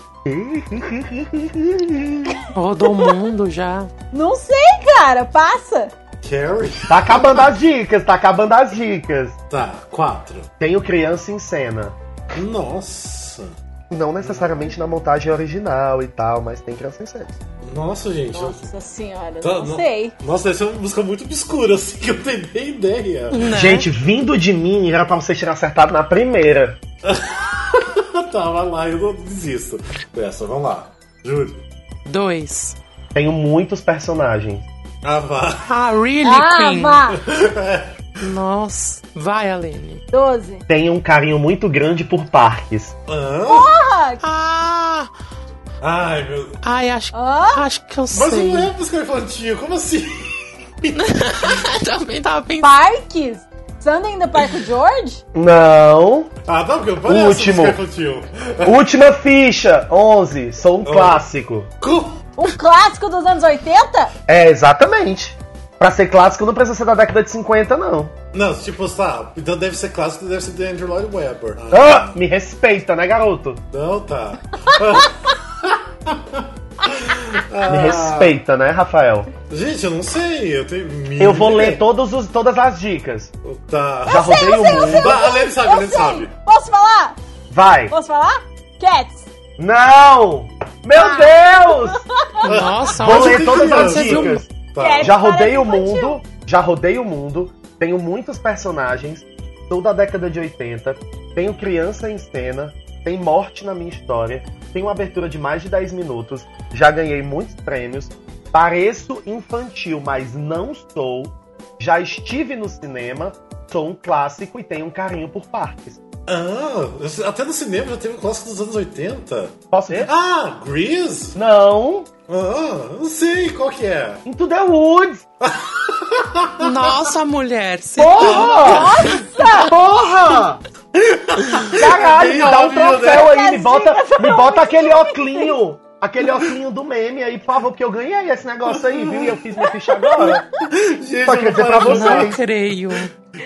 Speaker 5: Rodou o mundo já.
Speaker 6: Não sei, cara. Passa.
Speaker 4: Carrie.
Speaker 7: Tá acabando as dicas, tá acabando as dicas.
Speaker 4: Tá, quatro.
Speaker 7: Tenho criança em cena.
Speaker 4: Nossa.
Speaker 7: Não necessariamente na montagem original e tal, mas tem criança em cena.
Speaker 4: Nossa, gente.
Speaker 6: Nossa senhora,
Speaker 4: Tá,
Speaker 6: não, sei.
Speaker 4: Nossa, essa é uma música muito obscura, assim, que eu não tenho nem ideia.
Speaker 5: Né?
Speaker 7: Gente, vindo de mim, era pra vocês terem acertado na primeira.
Speaker 4: tá, vai lá, eu não desisto. Essa, vamos lá. Júlio.
Speaker 5: Dois.
Speaker 7: Tenho muitos personagens.
Speaker 4: Ah, vá.
Speaker 5: Ah, really,
Speaker 6: Ah,
Speaker 5: Queen?
Speaker 6: vá.
Speaker 5: Nossa. Vai, Alene.
Speaker 6: 12.
Speaker 7: Tenho um carinho muito grande por parques.
Speaker 4: Hã?
Speaker 6: Ah,
Speaker 5: Ah!
Speaker 4: Ai, meu...
Speaker 5: Ai, acho,
Speaker 6: Ah?
Speaker 5: acho que eu
Speaker 4: Mas
Speaker 5: sei.
Speaker 4: não é música infantil, como assim?
Speaker 5: Também tava pensando.
Speaker 6: parques. Sandy ainda Parque George?
Speaker 7: Não.
Speaker 4: Ah, não, porque eu parece
Speaker 7: Último.
Speaker 4: música infantil.
Speaker 7: Última ficha, 11. Sou um clássico.
Speaker 4: Co-
Speaker 6: Um clássico dos anos 80?
Speaker 7: É, exatamente. Pra ser clássico não precisa ser da década de 50, não.
Speaker 4: Não, tipo, tá, então deve ser clássico, deve ser do Andrew Lloyd Webber.
Speaker 7: Ah, me respeita, né, garoto?
Speaker 4: Não, tá.
Speaker 7: Me respeita, né, Rafael?
Speaker 4: Gente, eu não sei, eu tenho mil...
Speaker 7: Eu vou ler todos os- todas as dicas.
Speaker 4: Tá.
Speaker 7: Já rodei o mundo.
Speaker 4: Bah, a Ah, Lene sabe, a
Speaker 6: Eu
Speaker 4: Lene
Speaker 6: sei.
Speaker 4: sabe.
Speaker 6: Posso falar?
Speaker 7: Vai.
Speaker 6: Posso falar? Cats.
Speaker 7: Não! Meu Deus!
Speaker 5: Nossa,
Speaker 7: Vou
Speaker 5: olha.
Speaker 7: ler todas as
Speaker 5: Você viu?
Speaker 7: dicas.
Speaker 4: Tá.
Speaker 6: Parece
Speaker 7: Já rodei o
Speaker 6: infantil.
Speaker 7: mundo. Já rodei o mundo. Tenho muitos personagens. Sou da década de 80. Tenho criança em cena. Tem morte na minha história. Tenho uma abertura de mais de 10 minutos. Já ganhei muitos prêmios. Pareço infantil, mas não sou. Já estive no cinema. Sou um clássico e tenho um carinho por parques.
Speaker 4: Ah, até no cinema já teve clássico dos anos 80.
Speaker 7: Posso ver?
Speaker 4: Ah, Grease?
Speaker 7: Não.
Speaker 4: Ah, não sei qual que é.
Speaker 7: Into the Woods.
Speaker 5: Nossa, mulher. Se...
Speaker 7: Porra! Nossa! Porra! Caralho,
Speaker 4: Bem
Speaker 7: dá um
Speaker 4: óbvio, né?
Speaker 7: troféu aí. é Me bota, me bota aquele oclinho. Aquele oclinho do meme aí, por favor, que eu ganhei esse negócio aí, viu? E eu fiz minha ficha agora.
Speaker 4: Gente,
Speaker 7: Só
Speaker 4: eu não
Speaker 7: queria dizer
Speaker 4: falo
Speaker 7: pra
Speaker 5: Não
Speaker 7: vocês.
Speaker 5: creio.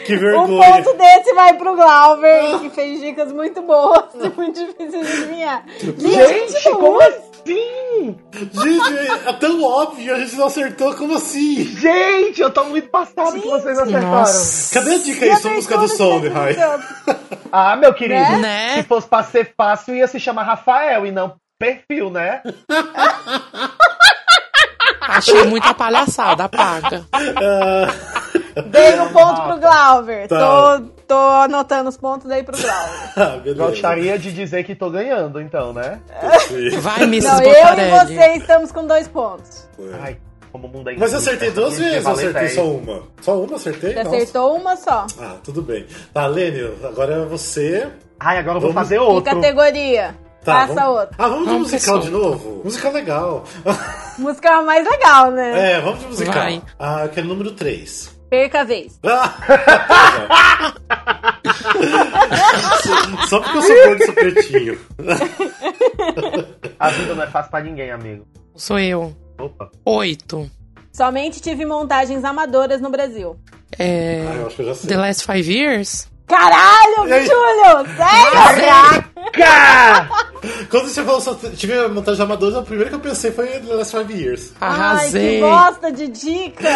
Speaker 4: Que
Speaker 6: Um
Speaker 4: vergonha.
Speaker 6: ponto desse vai pro Glauber, que fez dicas muito boas e muito difíceis de adivinhar.
Speaker 7: Gente,
Speaker 6: não.
Speaker 7: como assim?
Speaker 4: Gente, é tão óbvio, a gente não acertou, como assim?
Speaker 7: Gente, eu tô muito passado que vocês acertaram.
Speaker 5: Nossa.
Speaker 4: Cadê a dica
Speaker 6: E
Speaker 4: aí,
Speaker 6: a
Speaker 4: sua música do
Speaker 6: pessoa
Speaker 4: Song,
Speaker 6: que
Speaker 4: Rai?
Speaker 6: tá perguntando?
Speaker 7: Ah, meu querido,
Speaker 5: Né?
Speaker 7: se fosse pra ser fácil, ia se chamar Rafael e não perfil, né?
Speaker 5: Achei muita palhaçada, paga.
Speaker 6: Dei um ponto pro Glauber.
Speaker 4: Tá.
Speaker 6: Tô, tô anotando os pontos daí pro Glauber.
Speaker 4: Ah, beleza.
Speaker 7: Gostaria de dizer que tô ganhando, então, né?
Speaker 5: Vai, Mrs.
Speaker 6: Não, eu e
Speaker 5: Botarelli.
Speaker 6: você estamos com dois pontos.
Speaker 7: Ai, como o mundo é
Speaker 4: Mas eu
Speaker 7: injusto,
Speaker 4: acertei
Speaker 7: essa
Speaker 4: duas
Speaker 7: gente
Speaker 4: vezes, eu
Speaker 7: valeu
Speaker 4: acertei
Speaker 7: dez.
Speaker 4: só uma. Só uma acertei?
Speaker 6: Você
Speaker 4: Nossa.
Speaker 6: acertou uma só.
Speaker 4: Ah, tudo bem. Tá, Lênio, agora é você.
Speaker 7: Ai, agora eu vou
Speaker 4: Vamos-
Speaker 7: fazer
Speaker 6: Que
Speaker 7: outro.
Speaker 6: categoria?
Speaker 4: Tá,
Speaker 6: Passa
Speaker 4: vamos...
Speaker 6: outra.
Speaker 4: Ah, vamos de
Speaker 5: Vamos pra
Speaker 4: musical
Speaker 5: solta.
Speaker 4: de novo? Musical legal.
Speaker 6: Música é a mais legal, né?
Speaker 4: é, vamos de musical.
Speaker 5: Vai.
Speaker 4: Ah, eu quero o número 3.
Speaker 6: Perca a vez.
Speaker 4: Ah, só- só porque eu sou gordo e sou pretinho.
Speaker 7: A vida não é fácil pra ninguém, amigo.
Speaker 5: Sou eu.
Speaker 7: Opa.
Speaker 5: Oito.
Speaker 6: Somente tive montagens amadoras no Brasil.
Speaker 5: É,
Speaker 4: Ah, eu acho que eu já sei.
Speaker 5: The Last Five Years?
Speaker 6: Caralho,
Speaker 4: E aí?
Speaker 6: Júlio! Sério?
Speaker 7: Caraca!
Speaker 4: Quando você falou só tive a montagem amadora, a primeira que eu pensei foi The Last Five Years.
Speaker 6: Ai, que
Speaker 5: Arrasei.
Speaker 6: bosta de dica!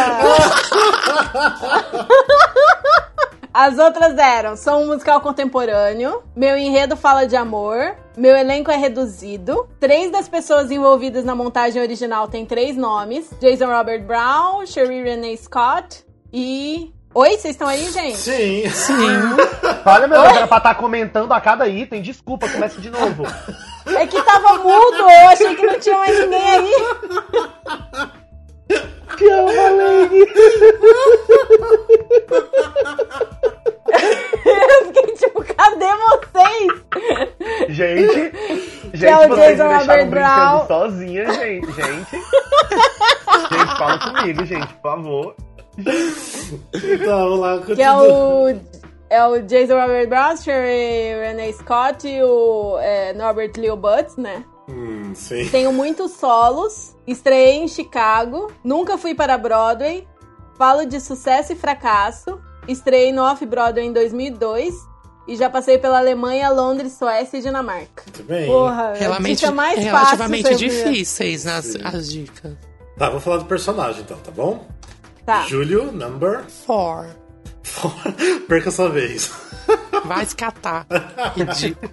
Speaker 6: As outras eram: sou um musical contemporâneo, meu enredo fala de amor, meu elenco é reduzido, três das pessoas envolvidas na montagem original têm três nomes: Jason Robert Brown, Sherry Renee Scott e. Oi, vocês estão aí, gente?
Speaker 4: Sim.
Speaker 5: Sim.
Speaker 7: Olha, meu Deus, era pra estar tá comentando a cada item. Desculpa, começa de novo.
Speaker 6: É que tava mudo, eu achei que não tinha mais ninguém aí.
Speaker 7: Te amo, Lady.
Speaker 6: Eu fiquei tipo, cadê vocês?
Speaker 7: Gente,
Speaker 6: Que é
Speaker 7: gente,
Speaker 6: o
Speaker 7: vocês
Speaker 6: Jason
Speaker 7: me
Speaker 6: Robert
Speaker 7: deixaram
Speaker 6: Brown.
Speaker 7: brincando sozinha, gente. Gente, gente fala comigo, gente, por favor.
Speaker 4: Tá, vamos lá, continua.
Speaker 6: Que é o. É o Jason Robert Brown, Sherry Renee Scott e o é, Norbert Leo Butz, né?
Speaker 4: Hum, sim.
Speaker 6: Tenho muitos solos, estreiei em Chicago, nunca fui para Broadway, falo de sucesso e fracasso, estreiei no Off-Broadway em 2002 e já passei pela Alemanha, Londres, Suécia e Dinamarca.
Speaker 4: Muito bem.
Speaker 6: Porra, a
Speaker 5: Relamente-
Speaker 6: dica mais
Speaker 5: relativamente
Speaker 6: fácil, você viu?
Speaker 5: difíceis nas, as dicas.
Speaker 4: Tá, vou falar do personagem então, tá bom?
Speaker 6: Tá.
Speaker 4: Júlio, number
Speaker 5: Four.
Speaker 4: four. Perca sua vez.
Speaker 5: Vai se catar. Ridículo.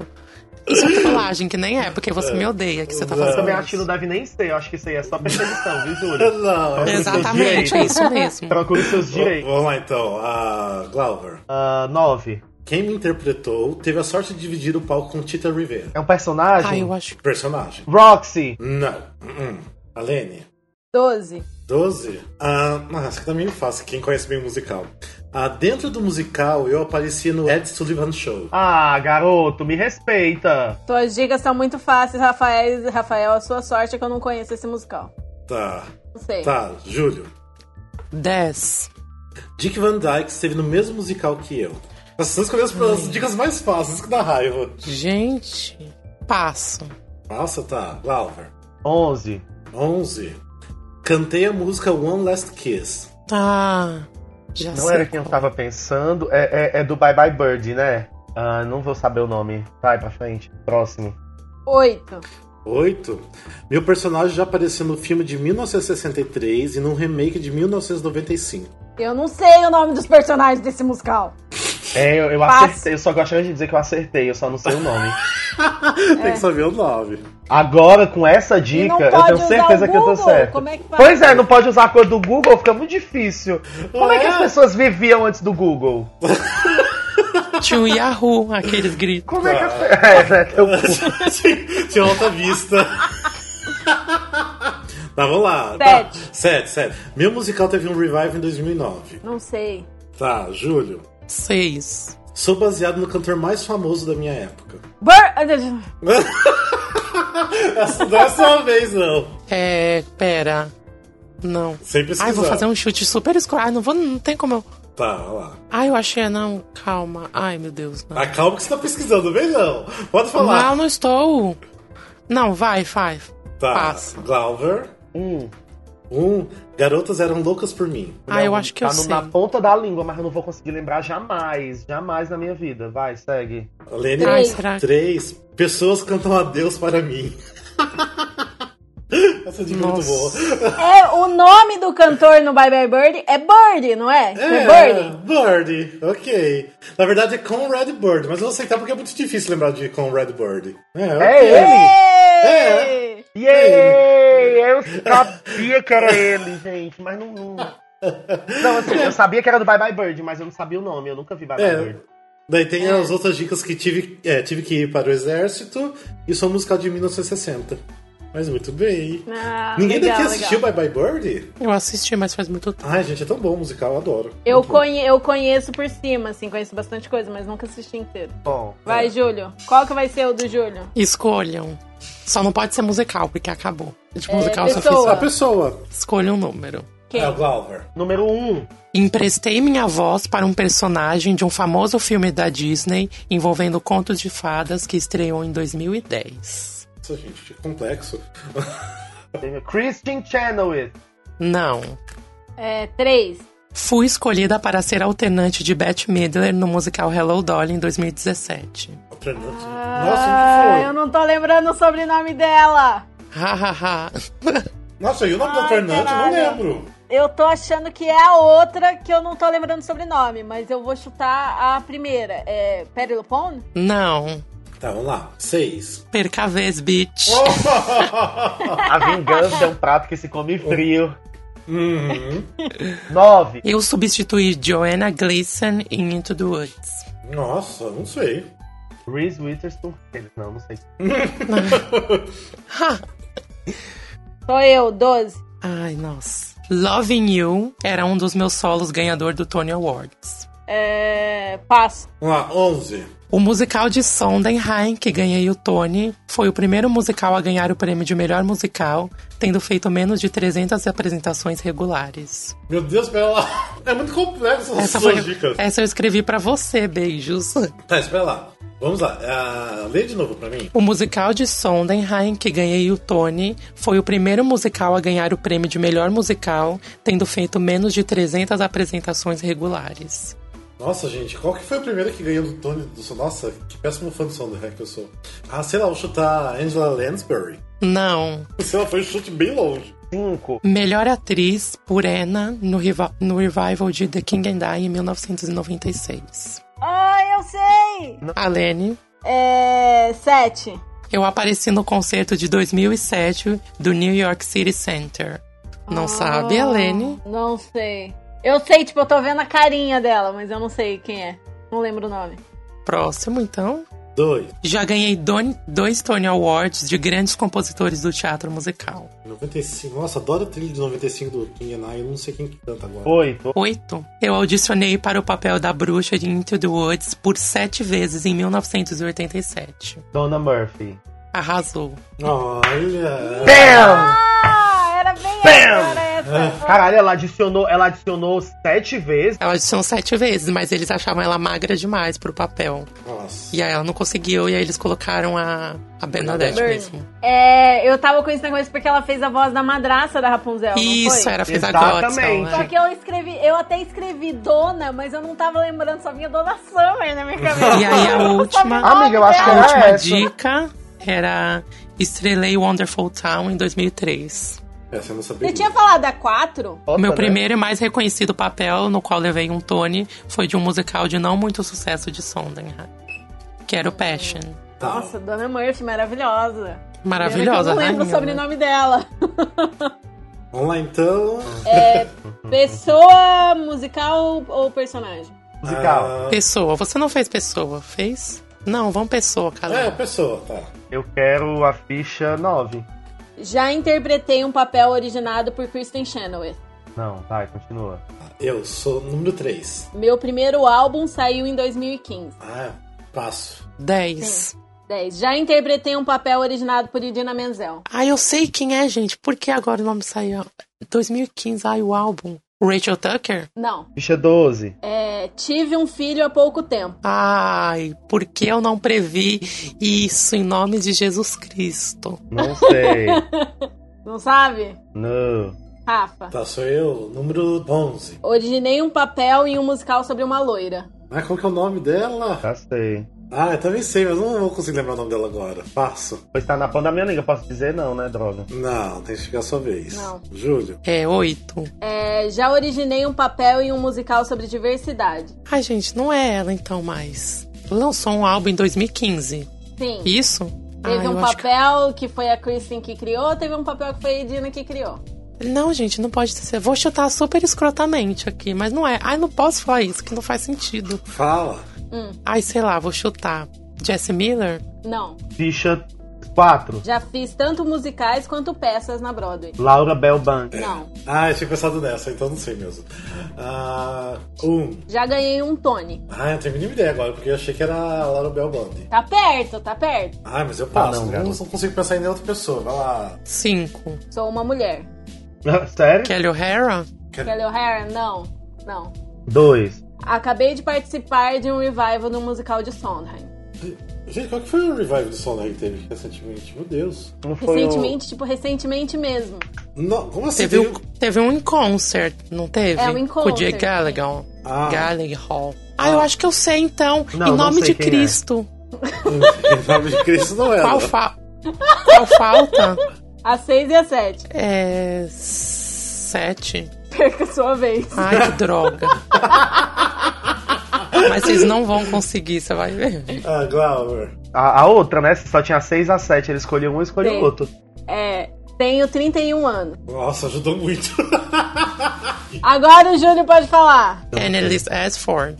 Speaker 5: Isso é trollagem, que nem é, porque você me odeia que você tá
Speaker 7: Eu
Speaker 5: fazendo.
Speaker 7: também acho que não deve nem ser. Eu acho que isso aí é só perseguição, viu, Júlio?
Speaker 4: Não, é
Speaker 5: Exatamente, é isso mesmo.
Speaker 7: Procure seus
Speaker 4: V-
Speaker 7: direitos.
Speaker 4: Vamos lá então, a Glauber.
Speaker 7: Ah, nove.
Speaker 4: Quem me interpretou teve a sorte de dividir o palco com Tita Rivera.
Speaker 7: É um personagem?
Speaker 5: Ai, eu acho.
Speaker 4: Personagem.
Speaker 7: Roxy.
Speaker 4: Não. Uh -uh. Alene.
Speaker 6: 12.
Speaker 4: 12? Ah, mas que também fácil, quem conhece bem o musical. Ah, dentro do musical, eu apareci no Ed Sullivan Show.
Speaker 7: Ah, garoto, me respeita.
Speaker 6: Suas Então, dicas são muito fáceis, Rafael. Rafael, a sua sorte é que eu não conheço esse musical.
Speaker 4: Tá.
Speaker 6: Não sei.
Speaker 4: Tá, Júlio.
Speaker 5: 10.
Speaker 4: Dick Van Dyke esteve no mesmo musical que eu. Nossa, Você escolheu as, as dicas mais fáceis, isso que dá raiva.
Speaker 5: Gente, passo.
Speaker 4: Nossa, tá. Glauber.
Speaker 7: Onze.
Speaker 4: 11. Cantei a música One Last Kiss.
Speaker 5: Tá. Já
Speaker 7: Não
Speaker 5: sei.
Speaker 7: era quem eu tava pensando. É, é- é do Bye Bye Bird, né? Ah, não vou saber o nome. Vai pra frente. Próximo.
Speaker 6: 8.
Speaker 4: 8. Meu personagem já apareceu no filme de 1963 e num remake de 1995.
Speaker 6: Eu não sei o nome dos personagens desse musical.
Speaker 7: É, eu, eu
Speaker 6: Passo.
Speaker 7: acertei. Eu só gostaria de dizer que eu acertei. Eu só não sei o nome.
Speaker 4: Tem que saber o nome.
Speaker 7: Agora, com essa
Speaker 6: E não
Speaker 7: dica, eu
Speaker 6: pode
Speaker 7: tenho
Speaker 6: usar
Speaker 7: certeza
Speaker 6: o
Speaker 7: que eu tô
Speaker 6: Google.
Speaker 7: certo.
Speaker 6: Como é que faz?
Speaker 7: Pois é, não pode usar a cor do Google, fica muito difícil. Como é que
Speaker 4: É.
Speaker 7: as pessoas viviam antes do Google?
Speaker 5: Tio um Yahoo, aqueles gritos.
Speaker 7: Como é que as pessoas. É, né? teu cu.
Speaker 4: Tinha alta vista. tá, vamos lá. Tá,
Speaker 6: Sete.
Speaker 4: Sete, sete. Meu musical teve um revive em 2009.
Speaker 6: Não sei.
Speaker 4: Tá, Júlio.
Speaker 5: 6.
Speaker 4: Sou baseado no cantor mais famoso da minha época.
Speaker 6: Bur-
Speaker 4: Essa não é só uma vez, não.
Speaker 5: É. Pera. Não.
Speaker 4: Sem pesquisar.
Speaker 5: Ai, vou fazer um chute super escuro. Ai, não vou. Não tem como eu.
Speaker 4: Tá, olha lá.
Speaker 5: Ai, eu achei. Não, calma. Ai, meu Deus. Não,
Speaker 4: Ah, calma que você tá pesquisando, bem não. Pode falar.
Speaker 5: não, não estou. Não, vai, vai.
Speaker 4: tá.
Speaker 5: Passa.
Speaker 4: Glauber.
Speaker 7: Hum,
Speaker 4: Um. Garotas eram loucas por mim.
Speaker 5: Ah, eu
Speaker 7: não,
Speaker 5: acho que
Speaker 7: tá
Speaker 5: eu
Speaker 7: no-
Speaker 5: sei.
Speaker 7: na ponta da língua, mas eu não vou conseguir lembrar jamais. Jamais na minha vida. Vai, segue.
Speaker 4: Lene.
Speaker 5: Ai, será que-
Speaker 4: Três. Pessoas cantam adeus para mim. Essa dica é muito
Speaker 5: Nossa.
Speaker 4: boa.
Speaker 6: é, o nome do cantor no Bye Bye Bird é Bird, não é? Bird.
Speaker 4: Birdie, ok. Na verdade é Conrad Bird, mas eu vou aceitar porque é muito difícil lembrar de Conrad Bird. É, ok.
Speaker 7: É ele!
Speaker 4: É.
Speaker 7: Yay! Eu sabia que era ele, gente, mas não. Não, não assim, eu sabia que era do Bye Bye Bird, mas eu não sabia o nome, eu nunca vi Bye Bye
Speaker 4: É.
Speaker 7: Bird.
Speaker 4: Daí tem as outras dicas que tive, é, tive que ir para o exército e sou musical de 1960. Mas muito bem.
Speaker 6: Ah,
Speaker 4: Ninguém
Speaker 6: legal,
Speaker 4: daqui
Speaker 6: legal.
Speaker 4: assistiu Bye Bye Bird?
Speaker 5: Eu assisti, mas faz muito tempo.
Speaker 4: Ai, gente, é tão bom o musical, eu adoro.
Speaker 6: Eu,
Speaker 4: Muito bom.
Speaker 6: conhe- eu conheço por cima, assim, conheço bastante coisa, mas nunca assisti inteiro.
Speaker 7: Bom,
Speaker 4: É.
Speaker 6: Vai, Júlio. Qual que vai ser o do Júlio?
Speaker 5: Escolham. Só não pode ser musical, porque acabou. De
Speaker 6: É,
Speaker 5: musical eu só fiz.
Speaker 6: pessoa.
Speaker 4: A pessoa.
Speaker 5: Escolha um número.
Speaker 6: Quem?
Speaker 4: É o É Glauber.
Speaker 7: número 1. Um.
Speaker 5: Emprestei minha voz para um personagem de um famoso filme da Disney envolvendo contos de fadas que estreou em 2010.
Speaker 4: Nossa, gente, que complexo.
Speaker 7: tem o Christian Chenoweth.
Speaker 5: Não.
Speaker 6: É, três.
Speaker 5: Fui escolhida para ser alternante de Bette Midler no musical Hello Dolly em 2017.
Speaker 4: Alternante.
Speaker 6: Ah, eu
Speaker 4: Nossa, onde foi?
Speaker 6: não tô lembrando o sobrenome dela.
Speaker 5: Hahaha.
Speaker 4: Nossa, e o nome do
Speaker 6: Ai,
Speaker 4: alternante? Eu não
Speaker 6: caralho.
Speaker 4: lembro.
Speaker 6: Eu tô achando que é a outra que eu não tô lembrando o sobrenome, mas eu vou chutar a primeira. É Perry Lupone?
Speaker 5: Não.
Speaker 4: Tá, vamos lá. Seis.
Speaker 5: Perca a vez, bitch.
Speaker 7: A vingança é um prato que se come frio.
Speaker 4: Uhum.
Speaker 7: 9.
Speaker 5: Eu substituí Joanna Gleason em Into the Woods.
Speaker 4: Nossa, não sei.
Speaker 7: Reese Witherspoon. Ele- Não, não sei.
Speaker 6: Sou eu, 12.
Speaker 5: Ai, nossa. Loving You era um dos meus solos ganhador do Tony Awards.
Speaker 6: É. Passo.
Speaker 4: Vamos lá, onze.
Speaker 5: O musical de Sondheim, que ganhei o Tony, foi o primeiro musical a ganhar o prêmio de melhor musical, tendo feito menos de 300 apresentações regulares.
Speaker 4: Meu Deus, pera lá. É muito complexo essas
Speaker 5: Essa,
Speaker 4: suas
Speaker 5: foi,
Speaker 4: dicas.
Speaker 6: é.
Speaker 5: essa eu escrevi pra você, beijos.
Speaker 4: Tá, espera lá. Vamos lá. Ah, lê de novo pra mim.
Speaker 5: O musical de Sondheim, que ganhei o Tony, foi o primeiro musical a ganhar o prêmio de melhor musical, tendo feito menos de 300 apresentações regulares.
Speaker 4: Nossa, gente, qual que foi o primeiro que ganhou do Tony do som? Nossa, que péssimo fã do som do ré que eu sou. Ah, sei lá, vou chutar Angela Lansbury.
Speaker 5: Não.
Speaker 4: Sei lá, foi um chute bem longe.
Speaker 7: 5.
Speaker 5: Melhor atriz por Anna no, reva- no revival de The King and I em 1996.
Speaker 6: Ai, Ah, eu sei!
Speaker 5: Alene,
Speaker 6: É. 7.
Speaker 5: eu apareci no concerto de 2007 do New York City Center. Não sabe, Alene?
Speaker 6: Não sei. Eu sei, tipo, eu tô vendo a carinha dela, mas eu não sei quem é. Não lembro o nome.
Speaker 5: Próximo, então.
Speaker 4: Dois.
Speaker 5: Já ganhei don- dois Tony Awards de grandes compositores do teatro musical.
Speaker 4: 95. Nossa, adoro o trilho de 95 do King and I. Eu não sei quem que canta agora.
Speaker 7: 8.
Speaker 5: 8. Eu audicionei para o papel da bruxa de Into the Woods por sete vezes em 1987.
Speaker 7: Donna Murphy.
Speaker 5: Arrasou.
Speaker 4: Olha.
Speaker 7: Bam!
Speaker 6: Ah, era bem
Speaker 7: Bam!
Speaker 6: essa, era essa.
Speaker 7: Caralho, ela adicionou, ela adicionou sete vezes.
Speaker 5: Ela audicionou sete vezes, mas eles achavam ela magra demais pro papel.
Speaker 4: Nossa.
Speaker 5: E aí ela não conseguiu, e aí eles colocaram a, a Bernadette
Speaker 6: Burn.
Speaker 5: mesmo.
Speaker 6: É, eu tava com esse negócio porque ela fez a voz da madraça da Rapunzel, não
Speaker 5: Isso,
Speaker 6: foi?
Speaker 5: era fez
Speaker 7: Exatamente.
Speaker 5: a
Speaker 6: Só
Speaker 5: Godson.
Speaker 6: que eu escrevi, eu até escrevi dona, mas eu não tava lembrando, só vinha dona Summer na minha cabeça.
Speaker 5: E aí a
Speaker 6: Eu não sabia
Speaker 5: última-
Speaker 6: o nome
Speaker 7: Amiga, eu acho que
Speaker 5: A
Speaker 6: dela.
Speaker 7: era
Speaker 5: última
Speaker 7: É, essa.
Speaker 5: dica era Estrelei Wonderful Town em 2003.
Speaker 4: Essa eu não sabia.
Speaker 6: Você tinha falado a 4?
Speaker 5: O
Speaker 7: Nossa,
Speaker 5: meu
Speaker 7: né?
Speaker 5: primeiro e mais reconhecido papel, no qual levei um Tony, foi de um musical de não muito sucesso de Sondheim, que era o Passion.
Speaker 4: Tá.
Speaker 6: Nossa, Dona Murphy, maravilhosa.
Speaker 5: Maravilhosa,
Speaker 6: eu não
Speaker 5: né?
Speaker 6: lembro o
Speaker 5: menina?
Speaker 6: sobrenome dela.
Speaker 4: Vamos lá então.
Speaker 6: É. Pessoa, musical ou personagem?
Speaker 7: Musical.
Speaker 5: Pessoa. Você não fez pessoa, fez? Não, vamos pessoa,
Speaker 4: Ah, é,
Speaker 5: cara.
Speaker 4: pessoa, tá.
Speaker 7: Eu quero a ficha 9.
Speaker 6: Já interpretei um papel originado por Kristen Chenoweth.
Speaker 7: Não, vai, continua.
Speaker 4: Eu sou número 3.
Speaker 6: Meu primeiro álbum saiu em 2015.
Speaker 4: Ah, passo.
Speaker 5: 10.
Speaker 6: 10. Já interpretei um papel originado por Idina Menzel.
Speaker 5: Ah, eu sei quem é, gente. Por que agora o nome saiu? 2015, ai, o álbum. Rachel Tucker?
Speaker 6: Não.
Speaker 7: Ficha 12.
Speaker 6: É, tive um filho há pouco tempo.
Speaker 5: Ai, por que eu não previ isso em nome de Jesus Cristo?
Speaker 7: Não sei.
Speaker 6: Não sabe?
Speaker 7: não.
Speaker 6: Rafa.
Speaker 4: Tá, sou eu. Número 11.
Speaker 6: Originei um papel em um musical sobre uma loira.
Speaker 4: Ah, qual que é o nome dela?
Speaker 7: Já sei.
Speaker 4: Ah, eu também sei, mas não vou conseguir lembrar o nome dela agora. Passo.
Speaker 7: Pois tá na ponta da minha língua, posso dizer não, né, droga?
Speaker 4: Não, tem que ficar a sua vez.
Speaker 6: Não.
Speaker 4: Júlio.
Speaker 5: É, oito.
Speaker 6: É, já originei um papel em um musical sobre diversidade.
Speaker 5: Ai, gente, não é ela então mais. Lançou um álbum em 2015.
Speaker 6: Sim.
Speaker 5: Isso?
Speaker 6: Teve
Speaker 7: Ah,
Speaker 5: Ai,
Speaker 6: um
Speaker 5: eu acho que-
Speaker 6: papel que foi a Kristen que criou, teve um papel que foi a Edina que criou.
Speaker 5: Não, gente, não pode ser. Vou chutar super escrotamente aqui, mas não é. Ai, não posso falar isso, que não faz sentido.
Speaker 4: Fala.
Speaker 5: Ai, sei lá, vou chutar. Jesse Miller?
Speaker 6: Não,
Speaker 7: Ficha 4.
Speaker 6: já fiz tanto musicais quanto peças na Broadway.
Speaker 7: Laura Belbank.
Speaker 6: Não,
Speaker 4: Ah, eu tinha pensado nessa, então não sei mesmo. Ah, um.
Speaker 6: já ganhei um Tony.
Speaker 4: Ah, eu tenho a mínima ideia agora, porque eu achei que era a Laura Bell Bundy.
Speaker 6: Tá perto, tá perto.
Speaker 4: Ah, mas eu passo.
Speaker 7: Ah, não,
Speaker 4: não,
Speaker 7: garoto.
Speaker 4: não consigo pensar em nenhuma outra pessoa. Vai lá.
Speaker 5: Cinco.
Speaker 6: Sou uma mulher.
Speaker 7: Sério?
Speaker 5: Kelly O'Hara?
Speaker 6: Kelly O'Hara? Não, não.
Speaker 7: 2.
Speaker 6: Acabei de participar de um revival no musical de Sondheim.
Speaker 4: Gente, qual que foi o revival de Sonar que teve recentemente? Meu Deus.
Speaker 7: Não foi o...
Speaker 6: Recentemente, tipo, recentemente mesmo.
Speaker 4: Não, como assim?
Speaker 5: Teve, um,
Speaker 4: Teve-
Speaker 5: teve um em concert, não teve?
Speaker 6: É, um em
Speaker 5: Com o Jay
Speaker 6: concert,
Speaker 5: Gallagher.
Speaker 4: Ah.
Speaker 5: Gallagher Hall. Ah, eu acho que eu sei então.
Speaker 7: Não,
Speaker 5: em
Speaker 7: não
Speaker 5: nome
Speaker 7: sei
Speaker 5: de
Speaker 7: quem é.
Speaker 5: Cristo.
Speaker 4: Em nome um- de Cristo não era.
Speaker 5: Qual, fa... Qual falta?
Speaker 6: A 6 e a 7.
Speaker 5: É. Sete.
Speaker 6: Perca sua vez.
Speaker 5: Ai, que droga. Mas vocês não vão conseguir, você vai ver.
Speaker 4: Ah, Glauber.
Speaker 7: A, a outra, né? Só tinha 6 a 7. Ele escolheu um e escolheu
Speaker 6: Sim.
Speaker 7: o outro.
Speaker 6: É, tenho 31 anos.
Speaker 4: Nossa, ajudou muito.
Speaker 6: Agora o Júnior pode falar.
Speaker 5: Annelise Asford.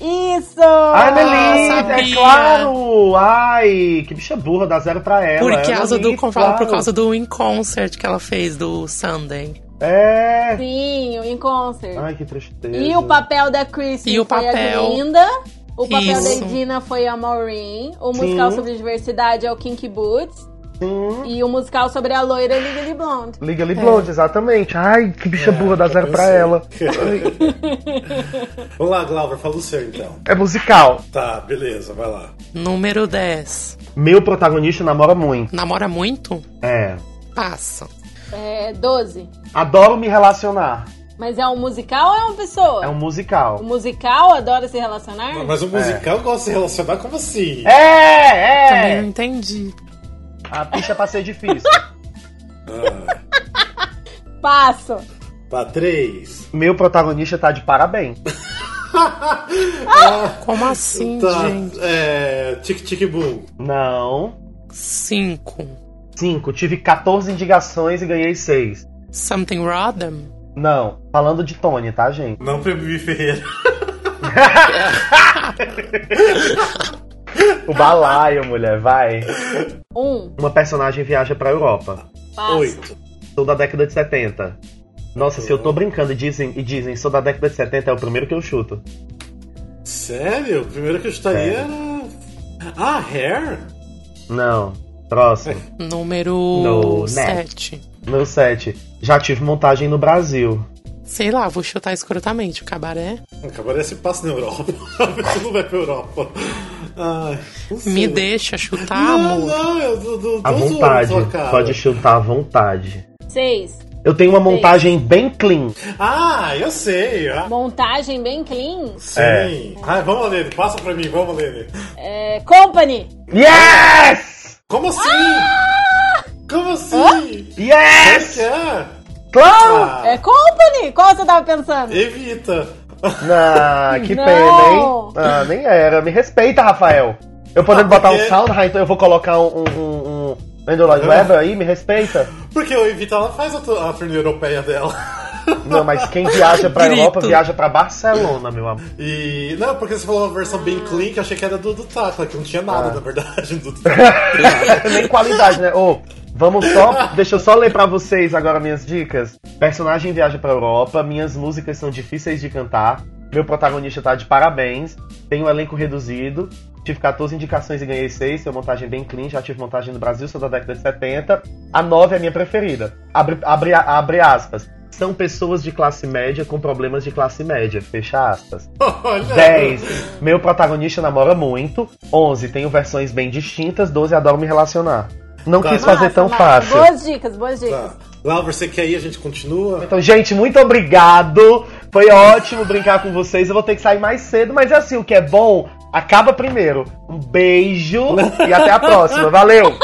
Speaker 6: Isso!
Speaker 7: Ah, Annelise,
Speaker 5: sabia.
Speaker 7: é claro! Ai, que bicha burra, dá zero pra ela.
Speaker 5: Por
Speaker 7: Ela
Speaker 5: causa do.
Speaker 7: ali,
Speaker 5: Por
Speaker 7: claro.
Speaker 5: causa do in concert que ela fez do Sunday.
Speaker 7: É.
Speaker 6: Sim, em concert.
Speaker 7: Ai, que tristeza.
Speaker 6: e o papel da Chrissy
Speaker 5: E o
Speaker 6: foi a
Speaker 5: papel.
Speaker 6: Glinda. O papel da
Speaker 5: Isso.
Speaker 6: Edina foi a Maureen. O musical
Speaker 7: Sim.
Speaker 6: sobre diversidade é o Kinky Boots.
Speaker 7: Sim.
Speaker 6: E o musical sobre a loira Liga de Blonde.
Speaker 7: Liga ali
Speaker 5: É.
Speaker 7: Blonde, exatamente. Ai, que
Speaker 4: É,
Speaker 7: bicha burra, é dá
Speaker 4: já
Speaker 7: zero pra
Speaker 4: pensei.
Speaker 7: ela.
Speaker 4: Vamos lá, Glauber, fala o seu então.
Speaker 7: É musical.
Speaker 4: Tá, beleza, vai lá.
Speaker 5: Número 10.
Speaker 7: Meu protagonista namora muito.
Speaker 5: Namora muito?
Speaker 7: É.
Speaker 5: Passa.
Speaker 6: É, 12.
Speaker 7: Adoro me relacionar.
Speaker 6: Mas é um musical ou é uma pessoa?
Speaker 7: É um Uhum.
Speaker 6: O
Speaker 7: musical.
Speaker 6: musical adora se relacionar?
Speaker 4: Ah, Mas
Speaker 7: É.
Speaker 4: o musical gosta de se relacionar como assim?
Speaker 5: Também
Speaker 7: É,
Speaker 5: não
Speaker 7: é.
Speaker 5: entendi.
Speaker 7: A bicha pra ser difícil.
Speaker 4: Ah,
Speaker 6: Passo.
Speaker 4: tá, três.
Speaker 7: Meu protagonista tá de parabéns.
Speaker 5: Como assim,
Speaker 4: Tá,
Speaker 5: gente?
Speaker 4: é. Tic-tic-boom.
Speaker 7: Não.
Speaker 5: 5.
Speaker 7: 5. Tive 14 indicações e ganhei 6.
Speaker 5: Something Rodham?
Speaker 7: Não. Falando de Tony, tá, gente?
Speaker 4: Não pra mim, Ferreira.
Speaker 7: O balaio, mulher, vai.
Speaker 6: Um.
Speaker 7: Uma personagem viaja pra Europa.
Speaker 6: Passo.
Speaker 4: Oito.
Speaker 7: Sou da década de 70. Nossa, se eu tô brincando e dizem, e dizem sou da década de 70, é o primeiro que eu chuto.
Speaker 4: Sério? O primeiro que eu chutaria era. Ah, Hair?
Speaker 7: Não. Próximo.
Speaker 5: Número
Speaker 7: No
Speaker 5: 7.
Speaker 7: Meu 7. Já tive montagem no Brasil.
Speaker 5: Sei lá, vou chutar escrotamente o cabaré.
Speaker 4: Acabaria esse passo na Europa. A pessoa não vai pra Europa. Ai, não sei.
Speaker 5: Me deixa chutar,
Speaker 4: Não,
Speaker 5: amor.
Speaker 4: não, eu do, do,
Speaker 7: À
Speaker 4: tô zoando
Speaker 7: vontade.
Speaker 4: sua cara.
Speaker 7: Pode chutar à vontade.
Speaker 6: Seis.
Speaker 7: Eu tenho uma montagem bem clean.
Speaker 4: Ah, eu sei. Ah,
Speaker 6: Montagem bem clean.
Speaker 4: sim.
Speaker 7: É.
Speaker 4: Ah, vamos, Lene, passa pra mim, vamos, Lene.
Speaker 6: É, company.
Speaker 7: Yes!
Speaker 4: Como assim? Como assim? Como que
Speaker 7: Yes!
Speaker 4: é?
Speaker 7: Claro!
Speaker 4: Ah,
Speaker 6: É company? Qual você tava pensando?
Speaker 4: Evita.
Speaker 7: Ah, que
Speaker 6: Não.
Speaker 7: pena, hein? Ah, nem era. Me respeita, Rafael. Eu podendo botar um
Speaker 4: Ah, porque- Ah.
Speaker 7: Soundhai, então eu vou colocar um... um, um, um... Andrew Lloyd Webber aí, me respeita.
Speaker 4: Porque o Evita, ela faz a, tu- a turnê europeia dela.
Speaker 7: Não, mas quem viaja pra
Speaker 5: Grito.
Speaker 7: Europa, viaja pra Barcelona, meu amor.
Speaker 4: E. Não, porque você falou uma versão bem clean
Speaker 5: Ah.
Speaker 4: que eu achei que era do, do Tacla, que não tinha nada, na verdade, do, do Tacla.
Speaker 7: Nem qualidade, né? Ô, Vamos só. deixa eu só ler pra vocês agora minhas dicas. Personagem viaja pra Europa, minhas músicas são difíceis de cantar, meu protagonista tá de parabéns, tenho um elenco reduzido, tive 14 indicações e ganhei 6, tenho montagem bem clean, já tive montagem no Brasil, sou da década de 70. A 9 é a minha preferida. Abre, abre, abre aspas. São pessoas de classe média com problemas de classe média. Fecha aspas.
Speaker 4: Olha.
Speaker 7: 10. Meu protagonista namora muito. 11. Tenho versões bem distintas. 12. Adoro me relacionar. Não
Speaker 4: Tá.
Speaker 7: quis fazer
Speaker 6: Massa,
Speaker 7: é tão
Speaker 6: massa.
Speaker 7: fácil.
Speaker 6: Boas dicas, boas dicas.
Speaker 4: Tá. Laura, você quer ir? A gente continua?
Speaker 7: Então, gente, muito obrigado. Foi ótimo brincar com vocês. Eu vou ter que sair mais cedo, mas é assim, o que é bom, acaba primeiro. Um beijo e até a próxima. Valeu!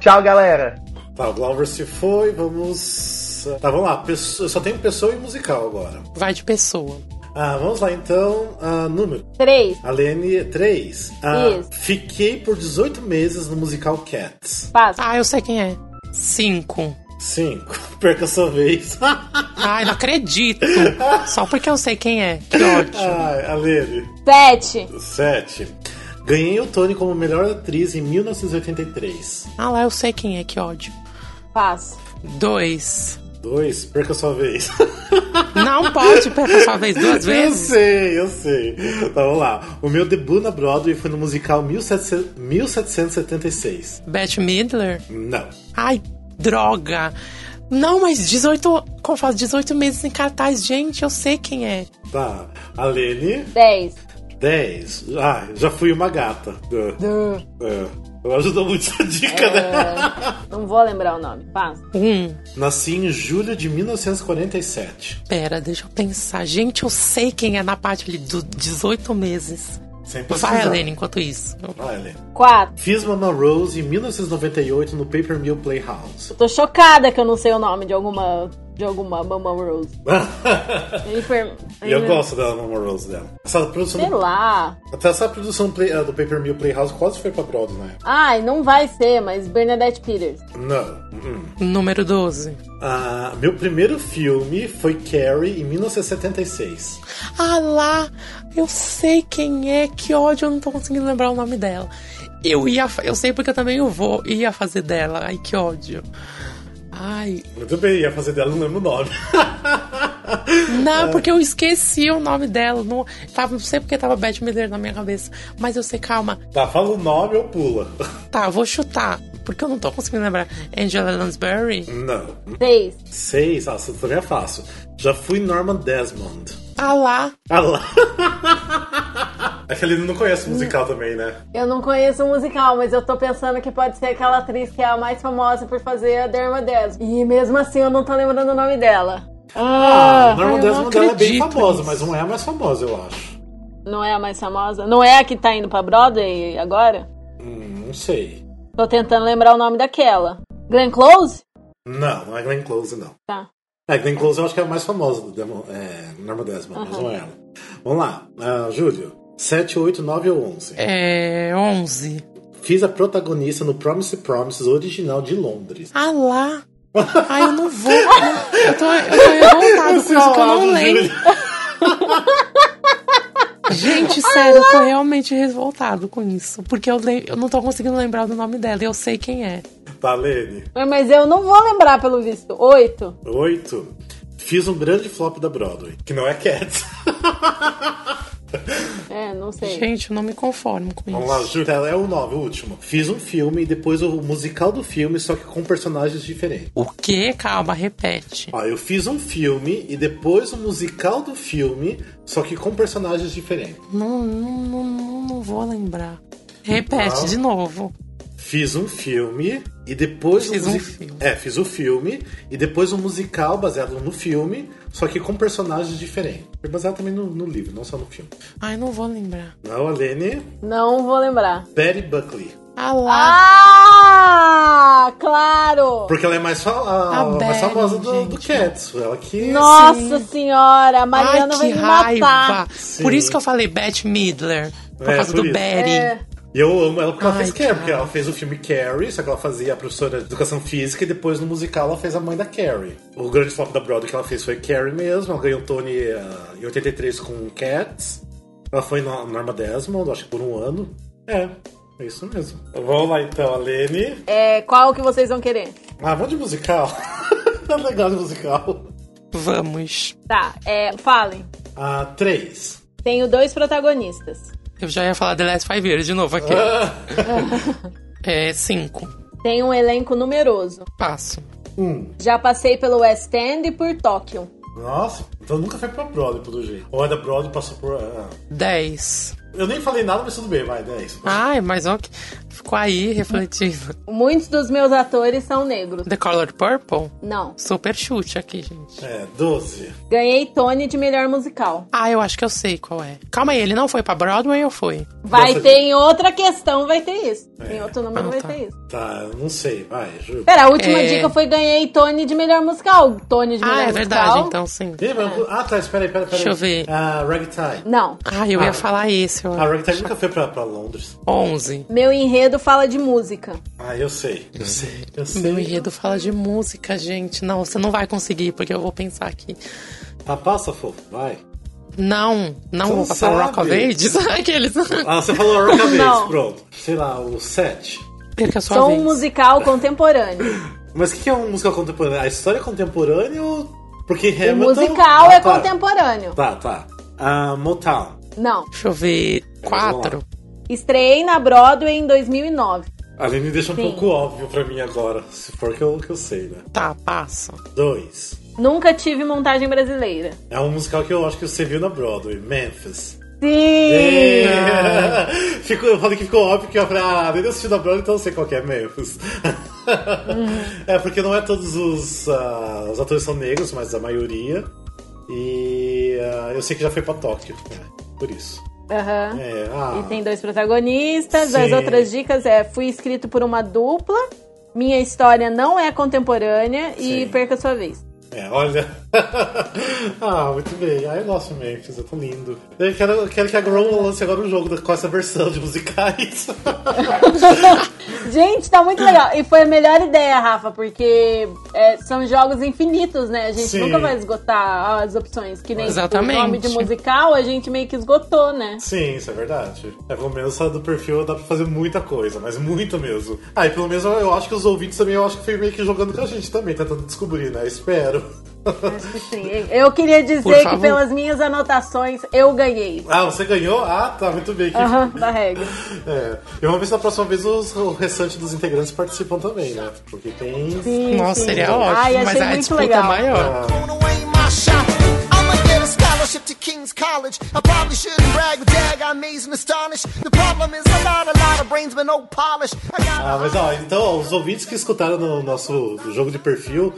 Speaker 7: Tchau, galera.
Speaker 4: Tá, o Glauber se foi, vamos. Tá, vamos lá. Pesso- Eu só tenho pessoa e musical agora.
Speaker 5: Vai de pessoa.
Speaker 4: Ah, vamos lá então. Ah, número.
Speaker 6: Três.
Speaker 4: Alene 3. Ah,
Speaker 6: Isso.
Speaker 4: fiquei por 18 meses no musical Cats.
Speaker 6: Passa.
Speaker 5: Ah, eu sei quem é. Cinco.
Speaker 4: 5. Perca sua vez.
Speaker 5: Ai, não acredito. Só porque eu sei quem é. Que ótimo.
Speaker 4: Ai, Alene.
Speaker 6: Sete.
Speaker 4: 7. Ganhei o Tony como melhor atriz em 1983.
Speaker 5: Ah lá, eu sei quem é, que ódio.
Speaker 6: Passa.
Speaker 5: Dois.
Speaker 4: 2. Perca sua vez.
Speaker 5: Não pode perder sua vez duas
Speaker 4: Eu
Speaker 5: vezes.
Speaker 4: sei, eu sei. Então vamos lá. O meu debut na Broadway foi no musical 1700 1776.
Speaker 5: Beth Midler.
Speaker 4: Não.
Speaker 5: Ai, droga. Não, mas 18. Como faz 18 meses em cartaz, gente, eu sei quem é.
Speaker 4: Tá. Alene,
Speaker 6: Dez.
Speaker 4: 10. Ah, já fui uma gata. É. Ajudou muito essa dica, né?
Speaker 6: Não vou lembrar o nome. Passa.
Speaker 5: Um.
Speaker 4: Nasci em julho de 1947.
Speaker 5: Pera, deixa eu pensar. Gente, eu sei quem é na parte ali dos 18 meses.
Speaker 4: Sem
Speaker 5: Vai,
Speaker 4: precisar.
Speaker 5: Helena, enquanto isso.
Speaker 4: Vai, Alene.
Speaker 6: Quatro.
Speaker 4: Fiz Mama Rose em 1998 no Paper Mill Playhouse.
Speaker 6: Tô chocada que eu não sei o nome de alguma. De alguma Mama Rose. Hiper-
Speaker 4: E eu gosto dela, Mama Rose dela. Essa produção
Speaker 6: Sei
Speaker 5: é
Speaker 4: do,
Speaker 6: lá.
Speaker 4: até essa produção play- ah, do Paper Mill Playhouse quase foi pra Broadway, né?
Speaker 6: Ai, não vai ser, mas Bernadette Peters.
Speaker 4: Não. Uh-uh.
Speaker 5: Número 12.
Speaker 4: Ah, meu primeiro filme foi Carrie em 1976.
Speaker 5: Ah lá, eu sei quem é, que ódio, eu não tô conseguindo lembrar o nome dela. Eu ia, fa- eu sei porque eu também eu vou, ia fazer dela, ai que ódio. Ai,
Speaker 4: Muito bem, ia fazer dela, não lembro o nome.
Speaker 5: não, porque eu esqueci o nome dela, não, tava, não sei porque tava Beth Miller na minha cabeça, mas eu sei, calma,
Speaker 4: tá, fala o nome ou pula.
Speaker 5: tá, eu vou chutar, porque eu não tô conseguindo lembrar. Angela Lansbury?
Speaker 4: Não.
Speaker 6: Seis.
Speaker 4: Seis, ah, isso também é fácil. Já fui Norman Desmond.
Speaker 5: Ah lá,
Speaker 4: Ah lá. Aquele não conhece o musical também, né?
Speaker 6: Eu não conheço o musical, mas eu tô pensando que pode ser aquela atriz que é a mais famosa por fazer a Derma Desmond. E mesmo assim eu não tô lembrando o nome dela.
Speaker 4: Ah, Norman
Speaker 5: eu não
Speaker 4: Desmond ela é bem
Speaker 5: acredito
Speaker 4: famosa,
Speaker 5: nisso.
Speaker 4: mas não é a mais famosa, eu acho.
Speaker 6: Não é a mais famosa? Não é a que tá indo pra Broadway agora?
Speaker 4: Hum, não sei.
Speaker 6: Tô tentando lembrar o nome daquela. Glenn Close?
Speaker 4: Não, não é Glenn Close, não.
Speaker 6: Tá.
Speaker 4: É, Glenn Close eu acho que é a mais famosa do Demo, é, Norman Desmond, mas não é ela. Vamos lá, ah, Júlio. 7, 8, 9 ou 11.
Speaker 5: é 11.
Speaker 4: Fiz a protagonista no Promise Promises original de Londres.
Speaker 5: Ah lá. Ai, eu não vou. Eu tô, eu tô revoltada com isso, que eu não lembro. Gente, sério, eu tô realmente revoltado com isso. Porque eu, le- eu não tô conseguindo lembrar do nome dela e eu sei quem é.
Speaker 4: Tá, Lene.
Speaker 6: Mas eu não vou lembrar, pelo visto. Oito.
Speaker 4: 8. Fiz um grande flop da Broadway, que não é Cats.
Speaker 6: É, não sei.
Speaker 5: Gente, eu não me conformo com
Speaker 4: Vamos
Speaker 5: isso.
Speaker 4: lá, Júlia. É o 9, o último. Fiz um filme e depois o musical do filme, só que com personagens diferentes.
Speaker 5: O quê? Calma, repete.
Speaker 4: Ó, eu fiz um filme e depois o musical do filme, só que com personagens diferentes.
Speaker 5: Não, não, não, não, não vou lembrar. Repete de novo.
Speaker 4: Fiz um filme e depois
Speaker 5: Fiz
Speaker 4: o
Speaker 5: um
Speaker 4: musi-
Speaker 5: filme.
Speaker 4: É, fiz o filme e depois um musical baseado no filme, só que com personagens diferentes. Foi baseado também no, no livro, não só no filme.
Speaker 5: Ai, não vou lembrar.
Speaker 4: Não, é Alene,
Speaker 6: Não vou lembrar.
Speaker 4: Betty Buckley.
Speaker 5: Ah lá.
Speaker 6: Ah, claro!
Speaker 4: Porque ela é mais, fa- a-
Speaker 5: A
Speaker 4: a mais
Speaker 5: Betty,
Speaker 4: famosa do, do
Speaker 5: gente.
Speaker 4: Cats. Ela que.
Speaker 6: Nossa senhora, a
Speaker 5: Ai,
Speaker 6: Mariana vai
Speaker 5: que
Speaker 6: me
Speaker 5: raiva.
Speaker 6: matar.
Speaker 5: Por
Speaker 4: Sim.
Speaker 5: isso que eu falei Beth Midler. Por
Speaker 4: É,
Speaker 5: causa
Speaker 4: por
Speaker 5: do
Speaker 4: isso.
Speaker 5: Betty.
Speaker 6: É.
Speaker 4: E eu amo ela porque ela
Speaker 5: Ai,
Speaker 4: fez Carrie,
Speaker 5: cara.
Speaker 4: porque ela fez o filme Carrie, só que ela fazia a professora de educação física e depois no musical ela fez a mãe da Carrie. O grande flop da Broadway que ela fez foi Carrie mesmo, ela ganhou o Tony ah, em 83 com Cats. Ela foi na Norma Desmond, acho que por um ano. É. É isso mesmo. Vamos lá então, a Lene.
Speaker 6: É, qual que vocês vão querer?
Speaker 4: Ah, vamos de musical. Tá Legal de musical.
Speaker 5: Vamos.
Speaker 6: Tá, é, falem.
Speaker 4: A 3.
Speaker 6: Tenho dois protagonistas.
Speaker 5: Eu já ia falar The Last Five Years de novo aqui. É cinco.
Speaker 6: Tenho um elenco numeroso.
Speaker 5: Passo.
Speaker 4: Um.
Speaker 6: Já passei pelo West End e por Tóquio.
Speaker 4: Nossa, então nunca foi pra Broadway, pelo jeito. Ou é da Broadway, passou por... ah.
Speaker 5: Dez.
Speaker 4: Eu nem falei nada, mas tudo bem, vai, né, é 10.
Speaker 5: Ai, mas ok. Ficou aí refletindo.
Speaker 6: Muitos dos meus atores são negros.
Speaker 5: The Color Purple?
Speaker 6: Não.
Speaker 5: Super chute aqui, gente.
Speaker 4: É, 12.
Speaker 6: Ganhei Tony de melhor musical.
Speaker 5: Ah, eu acho que eu sei qual é. Calma aí, ele não foi pra Broadway ou foi?
Speaker 6: Vai
Speaker 4: Nossa,
Speaker 6: ter em outra questão, vai ter isso. Em outro nome
Speaker 5: Ah,
Speaker 6: não vai
Speaker 5: tá.
Speaker 6: ter isso.
Speaker 4: Tá, eu não sei, vai, juro.
Speaker 6: Pera, a última
Speaker 5: É.
Speaker 6: dica foi ganhei Tony de melhor musical. Tony de
Speaker 5: ah,
Speaker 6: melhor
Speaker 5: é
Speaker 6: musical.
Speaker 5: verdade, então sim.
Speaker 4: Ih, mas- Ah, tá, espera aí, espera aí.
Speaker 5: Deixa eu ver.
Speaker 4: Ah, Ragtime.
Speaker 6: Não.
Speaker 5: Ah, eu
Speaker 4: Ah.
Speaker 5: ia falar esse. Eu...
Speaker 4: A Ragtime nunca foi pra, pra Londres.
Speaker 5: 11.
Speaker 6: Meu enredo fala de música.
Speaker 4: Ah, eu sei,
Speaker 6: Uhum.
Speaker 4: eu sei, eu sei.
Speaker 5: Meu enredo fala de música, gente. Não, você não vai conseguir, porque eu vou pensar aqui.
Speaker 4: Ah, passa, fofo, vai.
Speaker 5: Não, não
Speaker 4: Você
Speaker 5: vou
Speaker 4: não
Speaker 5: passar o Rock of
Speaker 4: sabe.
Speaker 5: Ages. Aqueles.
Speaker 4: Ah, você falou Rockabase,
Speaker 6: Não.
Speaker 4: pronto. Sei lá, o 7.
Speaker 5: Perca a sua
Speaker 6: Sou
Speaker 5: vez.
Speaker 6: um musical contemporâneo.
Speaker 4: Mas o que, que é uma música contemporânea? A história é contemporânea ou... Porque
Speaker 6: O
Speaker 4: Hamilton...
Speaker 6: musical
Speaker 4: Ah,
Speaker 6: é
Speaker 4: tá.
Speaker 6: contemporâneo.
Speaker 4: Tá, tá. Ah, Motown.
Speaker 6: Não.
Speaker 5: Deixa eu ver. Quatro.
Speaker 6: Estreiei na Broadway em 2009.
Speaker 4: A Lene deixa um
Speaker 6: Sim.
Speaker 4: pouco óbvio pra mim agora, se for que eu, que eu sei, né?
Speaker 5: Tá, passa.
Speaker 4: Dois.
Speaker 6: Nunca tive montagem brasileira.
Speaker 4: É um musical que eu acho que você viu na Broadway, Memphis.
Speaker 6: Sim!
Speaker 4: Ficou, eu falei que ficou óbvio que eu falei, ah, nem assisti na Broadway, então eu sei qual que é Memphis.
Speaker 6: Uhum.
Speaker 4: é, porque não é todos os, ah, os atores são negros, mas a maioria. E ah, eu sei que já foi pra Tóquio, é, por isso.
Speaker 6: Aham.
Speaker 4: É, ah,
Speaker 6: E tem dois protagonistas. As
Speaker 4: Sim.
Speaker 6: outras dicas é: fui escrito por uma dupla, minha história não é contemporânea e
Speaker 4: Sim.
Speaker 6: perca sua vez.
Speaker 4: É, olha. ah, muito bem. Ah, eu gosto de Memphis, é tão lindo. Eu quero, eu quero que a Grow lance agora um jogo da- com essa versão de musicais.
Speaker 6: Gente, tá muito legal. E foi a melhor ideia, Rafa, porque é, são jogos infinitos, né? A gente
Speaker 4: Sim.
Speaker 6: nunca vai esgotar as opções. Que nem
Speaker 5: Exatamente.
Speaker 6: o nome de musical, a gente meio que esgotou, né?
Speaker 4: Sim, isso é verdade. É, pelo menos a do perfil dá pra fazer muita coisa, mas muito mesmo. Ah, e pelo menos eu, eu acho que os ouvintes também, eu acho que foi meio que jogando com a gente também, tentando descobrir, né? Espero.
Speaker 6: Acho que sim. Eu queria
Speaker 5: Por
Speaker 6: dizer que
Speaker 5: favor.
Speaker 6: pelas minhas anotações eu ganhei.
Speaker 4: ah, você ganhou? Ah, tá, muito bem. Que...
Speaker 6: Aham, da regra.
Speaker 4: É. E vamos ver se na próxima vez os, o restante dos integrantes participam também, né? Porque tem.
Speaker 6: Sim,
Speaker 5: Nossa,
Speaker 6: sim.
Speaker 5: seria ótimo.
Speaker 6: Ai, achei
Speaker 5: mas a
Speaker 6: muito
Speaker 5: disputa
Speaker 6: legal.
Speaker 5: é maior.
Speaker 8: thrown away my shot. I'ma get a scholarship to King's College. I probably shouldn't brag, but dag, I amaze and astonish. The problem is I got a lot of brains, but no polish. I got
Speaker 4: Ah, mas ó, então, ó, os ouvintes que escutaram no nosso jogo de perfil,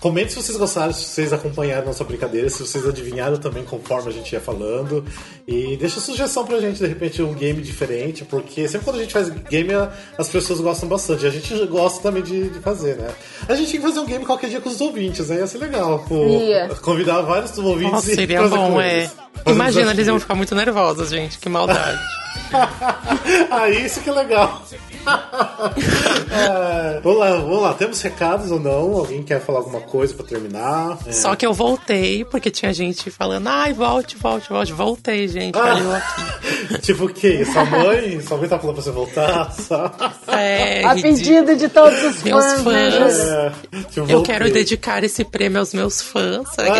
Speaker 4: comente se vocês gostaram, se vocês acompanharam nossa brincadeira, se vocês adivinharam também conforme a gente ia falando. E deixa sugestão pra gente, de repente, um game diferente, porque sempre quando a gente faz game, a- as pessoas gostam bastante. E a gente gosta também de, de fazer, né? A gente tem que fazer um game qualquer dia com os ouvintes, né? ia ser legal. pô,
Speaker 6: Ia.
Speaker 4: Convidar vários ouvintes
Speaker 5: Nossa,
Speaker 4: e
Speaker 5: seria
Speaker 4: fazer
Speaker 5: bom,
Speaker 4: com
Speaker 5: é.
Speaker 4: eles. Fazer um
Speaker 5: Imagina, eles iam
Speaker 4: desafio.
Speaker 5: ficar muito nervosos, gente. Que maldade.
Speaker 4: ah, isso que é legal. É, vamos lá, vamos lá. Temos recados ou não? Alguém quer falar alguma coisa pra terminar? É.
Speaker 5: Só que eu voltei, porque tinha gente falando, ai, volte, volte, volte. Voltei,
Speaker 4: Ah.
Speaker 5: gente. Valeu aqui.
Speaker 4: Tipo o quê? Sua mãe? Sua mãe tá falando pra você voltar? Só...
Speaker 5: É,
Speaker 6: A
Speaker 5: ridículo.
Speaker 6: pedido de todos os
Speaker 5: Meus
Speaker 6: fãs, né,
Speaker 5: fãs.
Speaker 6: Júlia?
Speaker 4: É, tipo,
Speaker 5: Eu
Speaker 4: voltei. Ah,
Speaker 5: quero dedicar esse prêmio aos meus fãs. sabe?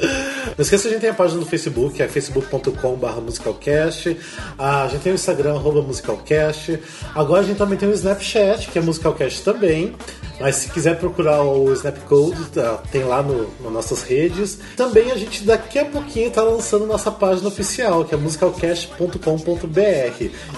Speaker 4: Não esqueça que a gente tem a página no Facebook, é facebook.com.br musicalcast. Ah, a gente tem o Instagram, arroba musicalcast. Agora a gente também tem o Snapchat, que é musicalcast também. Mas se quiser procurar o Snapcode, tá- tem lá no, nas nossas redes. Também a gente daqui a pouquinho está lançando nossa página oficial, que é musicalcast.com.br.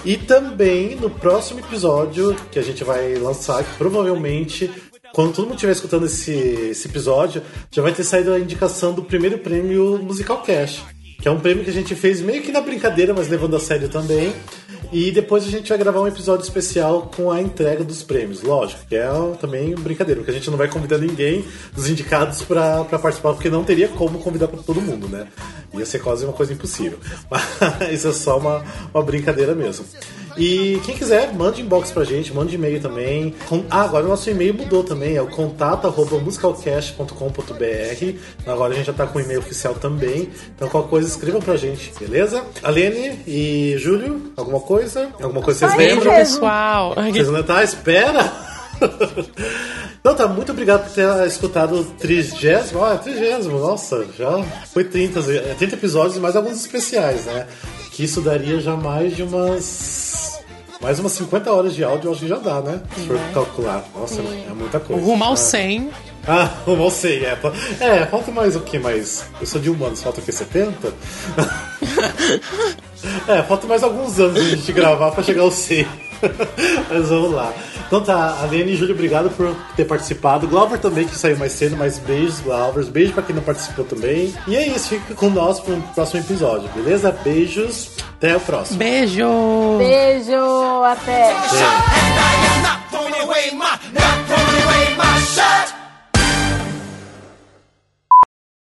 Speaker 4: E também no próximo episódio que a gente vai lançar, que provavelmente quando todo mundo estiver escutando esse, esse episódio, já vai ter saído a indicação do primeiro prêmio Musical Cash. Que é um prêmio que a gente fez meio que na brincadeira, mas levando a sério também. E depois a gente vai gravar um episódio especial com a entrega dos prêmios, lógico, que é também brincadeira, porque a gente não vai convidar ninguém dos indicados pra pra participar, porque não teria como convidar pra todo mundo, né? Ia ser quase uma coisa impossível. Mas isso é só uma, uma brincadeira mesmo. E quem quiser, mande inbox pra gente, mande e-mail também. Com- Ah, agora o nosso e-mail mudou também, é o contato.musicalcast.com.br. Agora a gente já tá com o e-mail oficial também. Então qualquer coisa escrevam pra gente, beleza? Alene e Júlio, alguma coisa? Alguma coisa vocês
Speaker 6: Só isso
Speaker 5: Beijo,
Speaker 4: lembram?
Speaker 6: mesmo.
Speaker 5: pessoal.
Speaker 4: Vocês ainda tá à espera? Então tá, muito obrigado por ter escutado o 30. Ó, é 30, nossa, já foi 30, é 30 episódios e mais alguns especiais, né? Que isso daria já mais de umas. Mais umas 50 horas de áudio, eu acho que já dá, né? Se for calcular. Nossa, é muita coisa.
Speaker 5: Rumo ao
Speaker 4: Ah.
Speaker 5: 100.
Speaker 4: Ah, rumo ao 100, é. fa- É, falta mais o que mais? Eu sou de humanos, falta o que? 70? é, falta mais alguns anos de gente gravar pra chegar ao 100. mas vamos lá. Então tá, Aline e Júlio, obrigado por ter participado. Glauber também, que saiu mais cedo, mas beijos, Glauber. Beijo pra quem não participou também. E é isso, fica com nós pro próximo episódio, beleza? Beijos, até o próximo.
Speaker 5: Beijo.
Speaker 6: Beijo, até.
Speaker 8: And I am not throwing away my, not throwing away my shot.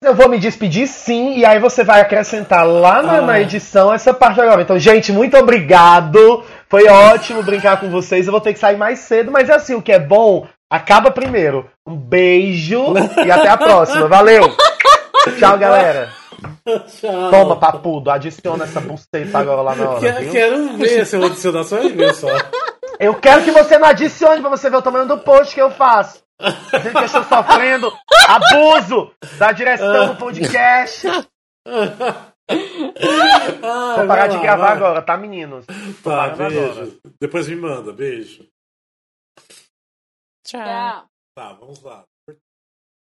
Speaker 7: Eu vou me despedir sim, e aí você vai acrescentar lá na, na edição essa parte agora. Então, gente, muito obrigado. Foi ótimo brincar com vocês. Eu vou ter que sair mais cedo, mas é assim, o que é bom, acaba primeiro. Um beijo e até a próxima. Valeu! Tchau, galera.
Speaker 4: Tchau.
Speaker 7: Toma, papudo, adiciona essa buceta agora lá na hora,
Speaker 4: Quero,
Speaker 7: viu?
Speaker 4: quero ver se eu vou adicionar, só vai ver só.
Speaker 7: Eu quero que você não adicione pra você ver o tamanho do post que eu faço. Dizendo que eu estou sofrendo abuso da direção do podcast.
Speaker 4: Ah,
Speaker 7: Vou parar de gravar agora, tá, meninos? Vou
Speaker 4: Tá,
Speaker 7: parar agora.
Speaker 4: beijo. Depois me manda, beijo.
Speaker 5: Tchau.
Speaker 6: Tchau.
Speaker 4: Tá, vamos lá.